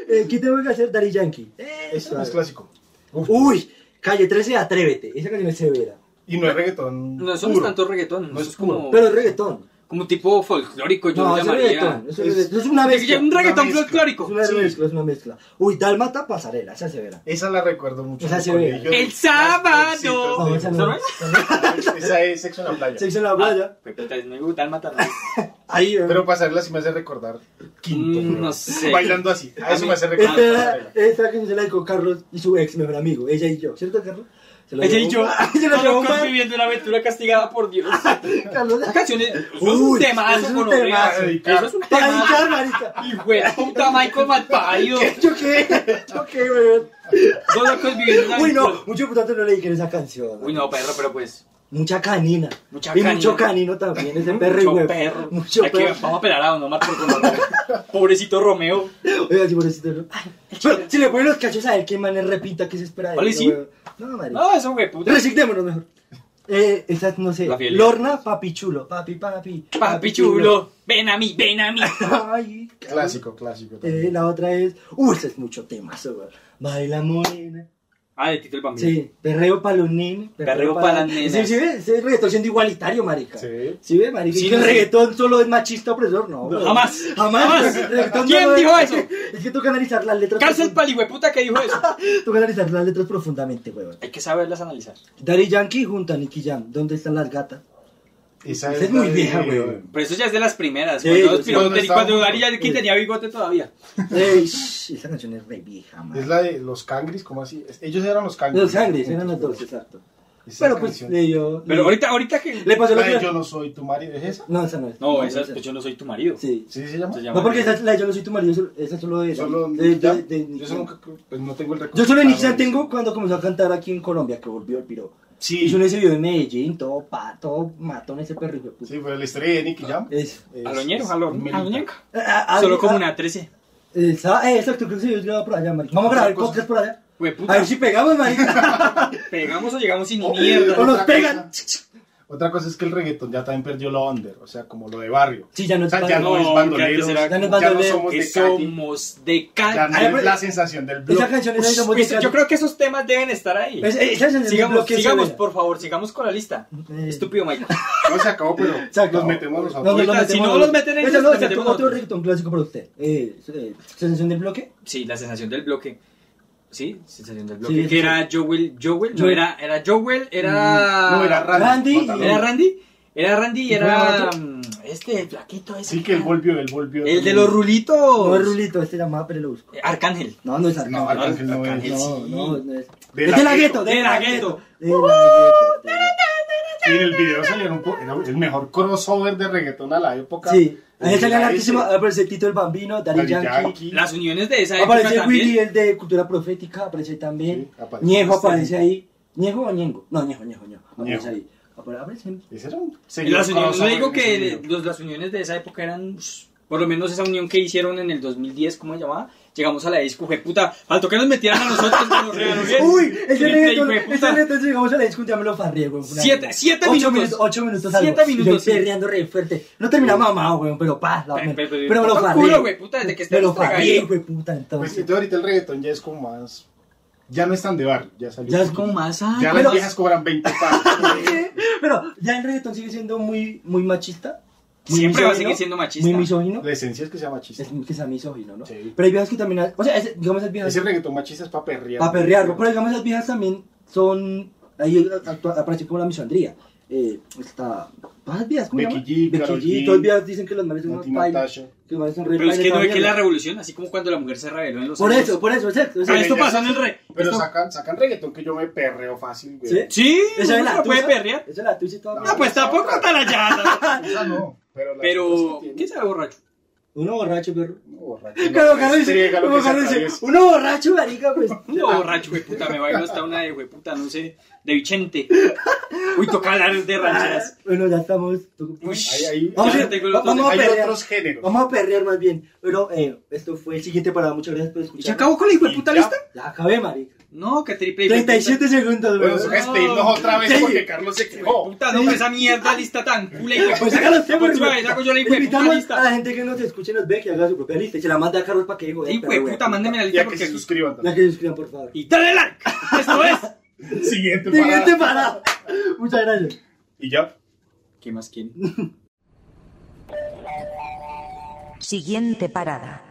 Speaker 2: Eh, ¿Qué tengo que hacer, Daddy Yankee?
Speaker 3: Eh,
Speaker 4: Es
Speaker 2: Eso.
Speaker 4: es clásico. Uf.
Speaker 2: Uy, calle 13, atrévete. Esa canción es severa.
Speaker 4: Y no es reggaetón.
Speaker 3: No
Speaker 4: puro.
Speaker 3: somos tanto reggaetón.
Speaker 4: No
Speaker 3: No
Speaker 4: es
Speaker 3: es como,
Speaker 2: Pero es reggaetón.
Speaker 3: como tipo folclórico, yo
Speaker 2: No,
Speaker 3: lo
Speaker 2: es
Speaker 3: llamaría.
Speaker 2: reggaetón. Es, reggaetón. es una mezcla.
Speaker 3: Un reggaetón
Speaker 4: mezcla.
Speaker 2: Es
Speaker 3: folclórico.
Speaker 2: una
Speaker 4: Sí.
Speaker 2: mezcla, es una mezcla. Uy, Dálmata pasarela, esa es severa.
Speaker 4: Esa la recuerdo mucho.
Speaker 2: Esa
Speaker 4: en
Speaker 2: se
Speaker 4: el
Speaker 2: ve.
Speaker 4: colegio.
Speaker 3: El sábado.
Speaker 2: No, esa no.
Speaker 3: ¿Sabes?
Speaker 4: Esa es sexo en la playa.
Speaker 2: Se hizo en la playa.
Speaker 3: Pues, puta, Me gusta el matarnos.
Speaker 2: Ahí, eh.
Speaker 4: Pero pasarla sí me hace recordar quinto.
Speaker 3: Mm, no
Speaker 4: weón.
Speaker 3: sé.
Speaker 4: Bailando así. A eso me hace recordar.
Speaker 2: Esta,
Speaker 4: pasarela.
Speaker 2: esta que se la dedicó Carlos y su ex mejor amigo, ella y yo, ¿cierto, Carlos? Se la
Speaker 3: Ella y
Speaker 2: llevó-
Speaker 3: yo
Speaker 2: se la llevó
Speaker 3: estamos
Speaker 2: para-
Speaker 3: viviendo una aventura castigada por Dios.
Speaker 2: Carlos.
Speaker 3: Esa canción es, eso es
Speaker 2: Ah. Uy,
Speaker 3: un temazo
Speaker 2: es un
Speaker 3: con Orega.
Speaker 2: temazo.
Speaker 3: Eso es un
Speaker 2: Para
Speaker 3: temazo.
Speaker 2: dedicar, marica.
Speaker 3: Hijo de puta Michael Malparido.
Speaker 2: ¿Yo qué? ¿Yo qué, weón?
Speaker 3: Dos locos viviendo una
Speaker 2: Uy, no,
Speaker 3: aventura.
Speaker 2: mucho importante no le dediqué esa canción.
Speaker 3: Uy, no, perro, pero pues.
Speaker 2: Mucha canina.
Speaker 3: Mucha
Speaker 2: y mucho
Speaker 3: canina.
Speaker 2: canino también, ese perro y
Speaker 3: Mucho
Speaker 2: huevo.
Speaker 3: perro.
Speaker 2: Mucho
Speaker 3: Aquí
Speaker 2: perro.
Speaker 3: Vamos a pelar a Don Omar por Colombia. Pobrecito Romeo.
Speaker 2: Oiga, si pobrecito, ¿no? Ay, Pero si le ponen los cachos a él, ¿qué man es repita? ¿Qué se espera de él?
Speaker 3: Oye, sí.
Speaker 2: weón? No, marica.
Speaker 3: No, eso, güey, puta.
Speaker 2: Resignémonos mejor. Eh, esa, no sé.
Speaker 3: La fiel.
Speaker 2: Lorna, papi chulo. Papi, papi.
Speaker 3: Papi chulo, ven a mí, ven a mí.
Speaker 2: Ay, cabrón.
Speaker 4: Clásico, clásico.
Speaker 2: Eh,
Speaker 4: también.
Speaker 2: la otra es. Uh, ese es mucho temazo, weón. Baila morena.
Speaker 3: Ah, de Tito el Bambino.
Speaker 2: Sí, perreo para los nenes.
Speaker 3: Perreo pa' las nenas.
Speaker 2: Sí, sí, ves, ese reggaetón siendo igualitario, marica. Sí.
Speaker 4: Sí.
Speaker 2: ve, marica?
Speaker 3: Sí,
Speaker 2: ¿Y que el
Speaker 3: sí.
Speaker 2: reggaetón solo es machista opresor? No, weón.
Speaker 3: Jamás.
Speaker 2: Jamás. El reggaetón no
Speaker 3: ¿Quién
Speaker 2: lo es.
Speaker 3: dijo eso?
Speaker 2: Es que toca analizar las letras.
Speaker 3: Cárcel
Speaker 2: profund-
Speaker 3: pal hueputa que dijo eso.
Speaker 2: Toca analizar las letras profundamente, weón.
Speaker 3: Hay que saberlas analizar.
Speaker 2: Daddy Yankee junto a Nicky Jam. ¿Dónde están las gatas?
Speaker 4: Esa
Speaker 2: Esa es muy
Speaker 4: la
Speaker 2: vieja,
Speaker 4: de-
Speaker 2: weón.
Speaker 3: Pero eso ya es de las primeras.
Speaker 2: Sí,
Speaker 3: cuando
Speaker 2: yo sí.
Speaker 3: cuando,
Speaker 4: Cuando
Speaker 3: ten- cuando
Speaker 4: estábamos-
Speaker 3: Dari Yankee tenía bigote todavía.
Speaker 2: Ey, shh, esa canción es re vieja, man.
Speaker 4: Es la de los cangris, ¿cómo así? Es- Ellos eran los cangris.
Speaker 2: Los sangres, eran los dos, exacto.
Speaker 4: Esa
Speaker 2: Pero pues
Speaker 4: canción.
Speaker 2: le dio.
Speaker 3: Pero ahorita, ahorita que.
Speaker 2: Le pasó lo
Speaker 4: La de
Speaker 2: que.
Speaker 4: yo no soy tu marido, ¿es esa?
Speaker 2: No, esa no es.
Speaker 3: No, esa es,
Speaker 2: es-
Speaker 3: pues yo no soy tu marido.
Speaker 2: Sí.
Speaker 4: ¿Sí se llama?
Speaker 3: Se llama-
Speaker 2: No, porque esa es la de yo no soy tu marido, eso- esa es solo de.
Speaker 4: Solo
Speaker 2: de- de-
Speaker 4: ya,
Speaker 2: de- Eh, de-
Speaker 4: yo solo nunca- pues no tengo el recuerdo.
Speaker 2: Yo solo en Instagram
Speaker 4: Claro,
Speaker 2: tengo cuando comenzó a cantar aquí en Colombia, que volvió el piro.
Speaker 4: Sí,
Speaker 2: Hizo en ese video en Medellín, todo pa, todo matón ese perro. hijo de puta. eh,
Speaker 4: sí, pero la historia de Nicky Jam.
Speaker 2: Eso.
Speaker 4: es-
Speaker 3: Jaloñero,
Speaker 4: es
Speaker 3: jalón.
Speaker 4: Melita.
Speaker 3: jaloñeca.
Speaker 2: Ah, ah,
Speaker 3: Solo
Speaker 2: ah,
Speaker 3: como una 13.
Speaker 2: Eh, sa- eh, exacto, creo que sí, yo grababa por allá, marica. Vamos a grabar el
Speaker 4: Otra cosa.
Speaker 2: podcast por allá.
Speaker 3: Güey, puta,
Speaker 2: A ver si pegamos, marica.
Speaker 3: pegamos o llegamos sin
Speaker 4: Oh,
Speaker 3: mierda.
Speaker 2: o nos
Speaker 4: Otra
Speaker 2: pegan.
Speaker 4: Otra cosa es que el reggaetón ya también perdió lo under, o sea, como lo de barrio.
Speaker 2: Sí, ya no
Speaker 4: O
Speaker 2: es
Speaker 4: sea, ya
Speaker 2: tan-
Speaker 4: no,
Speaker 3: No,
Speaker 4: es bandolero,
Speaker 3: que
Speaker 4: ya,
Speaker 3: será-
Speaker 2: Ya no es
Speaker 4: no
Speaker 2: bandolero,
Speaker 4: somos
Speaker 3: Que
Speaker 4: de Cali,
Speaker 3: somos de
Speaker 4: ya
Speaker 3: Cali.
Speaker 4: no
Speaker 2: Ah,
Speaker 4: es
Speaker 2: pero-
Speaker 4: la sensación del
Speaker 2: Esa
Speaker 4: blog.
Speaker 2: canción es de
Speaker 3: Pues, yo creo que esos temas deben estar ahí.
Speaker 2: Es- es- esa es Pues, eh, el
Speaker 3: Sigamos,
Speaker 2: bloque
Speaker 3: sigamos,
Speaker 2: severa.
Speaker 3: por favor, sigamos con la lista.
Speaker 2: Eh.
Speaker 3: Estúpido Michael.
Speaker 4: No se acabó, pero
Speaker 2: Se acabó.
Speaker 4: nos metemos
Speaker 2: No,
Speaker 4: nosotros.
Speaker 2: no,
Speaker 3: Ahorita, si no los meten en
Speaker 2: Ese
Speaker 3: ellos,
Speaker 2: no,
Speaker 3: los
Speaker 2: exacto,
Speaker 3: metemos
Speaker 2: otro
Speaker 3: nosotros.
Speaker 2: reggaetón clásico para usted. Eh, eh, ¿Sensación del bloque?
Speaker 3: Sí, la sensación del bloque. Sí, sensación del
Speaker 2: Sí,
Speaker 3: bloque.
Speaker 2: sí.
Speaker 3: que era Joel, Joel, no
Speaker 2: Joel. Mm,
Speaker 3: era, era Joel, era.
Speaker 4: No, era
Speaker 2: Randy.
Speaker 4: Randy. Mátalo.
Speaker 3: ¿Era Randy? Era Randy y
Speaker 2: ¿Y cuál era
Speaker 3: era.
Speaker 2: otro?
Speaker 3: mm, Este, el flaquito ese.
Speaker 4: Sí que él volvió, él volvió.
Speaker 3: El de los rulitos.
Speaker 2: No es Rulito, este llamaba, pero lo busco.
Speaker 3: Eh, Arcángel.
Speaker 2: No, no es Arcángel.
Speaker 4: No, Arcángel no
Speaker 3: Arcángel.
Speaker 4: es.
Speaker 2: No,
Speaker 3: sí.
Speaker 2: no, no es. Este
Speaker 4: De
Speaker 2: es
Speaker 4: la
Speaker 2: de la gueto,
Speaker 4: gueto,
Speaker 3: de la Uh-huh.
Speaker 2: De la gueto.
Speaker 4: Y en el video salieron un poco, era el mejor crossover de reggaetón a la época.
Speaker 2: Sí. Ahí
Speaker 4: Era
Speaker 2: salían
Speaker 4: ese.
Speaker 2: artísimo, aparece el ah, Tito el Bambino, Daddy
Speaker 4: Daddy
Speaker 2: Yankee.
Speaker 4: Yankee.
Speaker 3: Las uniones de esa época
Speaker 2: Aparece
Speaker 3: también.
Speaker 2: Willy, el de Cultura Profética, aparece ahí también.
Speaker 4: Sí, aparece.
Speaker 2: Ñejo aparece
Speaker 4: Este.
Speaker 2: ahí. ¿Ñejo o Ñengo? No, Ñejo, Ñejo, Ñejo.
Speaker 4: Ñejo.
Speaker 2: Aparece ahí. Apare- Aparece
Speaker 4: Ese era un
Speaker 3: Y
Speaker 4: señor
Speaker 3: las uniones, yo
Speaker 4: crossover
Speaker 3: digo
Speaker 4: en ese
Speaker 3: que
Speaker 4: video.
Speaker 3: los- las uniones de esa época eran, ush, por lo menos esa unión que hicieron en el 2010, ¿cómo se llamaba? Llegamos a la disco, je puta, faltó que nos metieran a nosotros. pero regaló bien.
Speaker 2: Uy, ese
Speaker 3: Triple,
Speaker 2: reggaetón,
Speaker 3: hijo de puta.
Speaker 2: ese reggaetón llegamos a la disco un día me lo farrié, güey. Una
Speaker 3: Siete-
Speaker 2: mierda.
Speaker 3: siete
Speaker 2: Ocho
Speaker 3: minutos.
Speaker 2: Ocho minutos
Speaker 3: Siete
Speaker 2: algo.
Speaker 3: minutos,
Speaker 2: Y
Speaker 3: sí.
Speaker 2: yo perreando re fuerte. No termina mamado, güey, pero pa, la-
Speaker 3: Pe-
Speaker 2: me-
Speaker 3: pe- pe-
Speaker 2: pero me lo
Speaker 3: puto
Speaker 2: farrié.
Speaker 3: culo, güey, puta, desde que esté
Speaker 2: Me lo
Speaker 3: tragadito.
Speaker 2: farrié, güey, puta,
Speaker 4: Pues
Speaker 2: entonces.
Speaker 4: entonces ahorita el reggaetón ya es como más. Ya no es tan de barrio, ya salió.
Speaker 2: Ya
Speaker 4: un
Speaker 2: es
Speaker 4: poquito.
Speaker 3: como más, ah,
Speaker 4: Ya
Speaker 2: pero-
Speaker 4: las viejas cobran 20 pavos.
Speaker 2: Pero ya el reggaetón sigue siendo muy, muy machista. Muy
Speaker 3: Siempre va a seguir
Speaker 2: misógino,
Speaker 3: siendo machista.
Speaker 2: Muy misógino.
Speaker 4: La esencia es que sea machista.
Speaker 2: Es que sea misógino, ¿no?
Speaker 4: Sí.
Speaker 2: Pero hay viejas que también. ha- O sea, ese- digamos, esas viejas.
Speaker 4: Ese reggaetón machista es para perrear.
Speaker 2: Para perrearlo, pero digamos, las viejas también son. Ahí actua- aparece como la misandría. Eh, está. todas las viejas, ¿cómo se
Speaker 4: Becky
Speaker 2: llama?
Speaker 4: G, Karol
Speaker 2: Becky
Speaker 4: G,
Speaker 2: G. Todas las viejas dicen que los males son unos
Speaker 4: Nati
Speaker 2: bailes.
Speaker 4: Natasha.
Speaker 2: Que los males son re
Speaker 3: Pero es
Speaker 2: bailes,
Speaker 3: que no
Speaker 2: toda
Speaker 3: es que la
Speaker 2: mierda.
Speaker 3: revolución, así como cuando la mujer se rebeló en los
Speaker 2: Por
Speaker 3: años-
Speaker 2: eso, por eso, exacto.
Speaker 3: Ah, esto
Speaker 4: ya
Speaker 3: pasó en
Speaker 4: se-
Speaker 3: el re.
Speaker 4: Pero
Speaker 3: esto-
Speaker 4: sacan, sacan reggaetón que yo me perreo fácil, güey.
Speaker 2: ¿Sí?
Speaker 3: Sí,
Speaker 2: Esa es
Speaker 3: uno
Speaker 2: la
Speaker 3: puede
Speaker 2: tusa,
Speaker 3: perrear.
Speaker 2: Esa es la tuya y toda
Speaker 3: No,
Speaker 2: mierda.
Speaker 3: pues tampoco tan allá.
Speaker 4: O sea, no. Pero, la
Speaker 3: Pero,
Speaker 2: Pues,
Speaker 4: cosa es que
Speaker 3: ¿quién
Speaker 4: tiene-
Speaker 3: sabe borracho?
Speaker 2: Uno borracho, perro.
Speaker 4: No, borracho, no,
Speaker 2: Como Carlos dice,
Speaker 4: estriega lo
Speaker 2: como
Speaker 4: que se
Speaker 2: Carlos dice,
Speaker 4: atraviesa.
Speaker 2: uno borracho, marica, pues.
Speaker 3: No, borracho, güey, puta, me bailo hasta una de, güey, puta, no sé, de Vicente. Uy, toca hablar de rancheras.
Speaker 2: Bueno, ya estamos.
Speaker 3: Uy,
Speaker 4: Ahí, ahí.
Speaker 2: Vamos,
Speaker 3: ya
Speaker 2: a-
Speaker 3: tengo los
Speaker 2: vamos a
Speaker 4: Hay
Speaker 2: perrear.
Speaker 4: otros géneros.
Speaker 2: Vamos a perrear más bien. Bueno, eh, esto fue el siguiente parada. Muchas gracias por
Speaker 3: ¿Y
Speaker 2: escuchar.
Speaker 3: ¿Se acabó con la hijueputa
Speaker 4: Y ya.
Speaker 3: lista?
Speaker 2: Ya acabé, marica.
Speaker 3: No, que triple hijueputa.
Speaker 2: 37 segundos,
Speaker 4: Bueno,
Speaker 2: güey.
Speaker 4: nos toca despedirnos otra vez
Speaker 2: Sí.
Speaker 4: porque Carlos se quejó.
Speaker 3: Puta, no, pero esa mierda lista tan cula y
Speaker 2: Pues saca los temas,
Speaker 3: Pues,
Speaker 2: güey.
Speaker 3: güey, saco yo la hijueputa
Speaker 2: Invitamos a
Speaker 3: lista.
Speaker 2: la gente que nos escuche y nos ve que haga su propia lista y se la manda a Carlos para que diga.
Speaker 3: Y, güey, puta, mándeme la
Speaker 4: Y
Speaker 3: lista
Speaker 4: a que
Speaker 3: porque...
Speaker 4: se suscriban
Speaker 2: La
Speaker 4: también.
Speaker 2: que se suscriban, por favor.
Speaker 3: Y dale like, esto es.
Speaker 4: Siguiente
Speaker 2: Siguiente parada.
Speaker 4: parada.
Speaker 2: este Muchas gracias.
Speaker 4: Y ya.
Speaker 3: ¿Qué más quieren?
Speaker 1: Siguiente parada.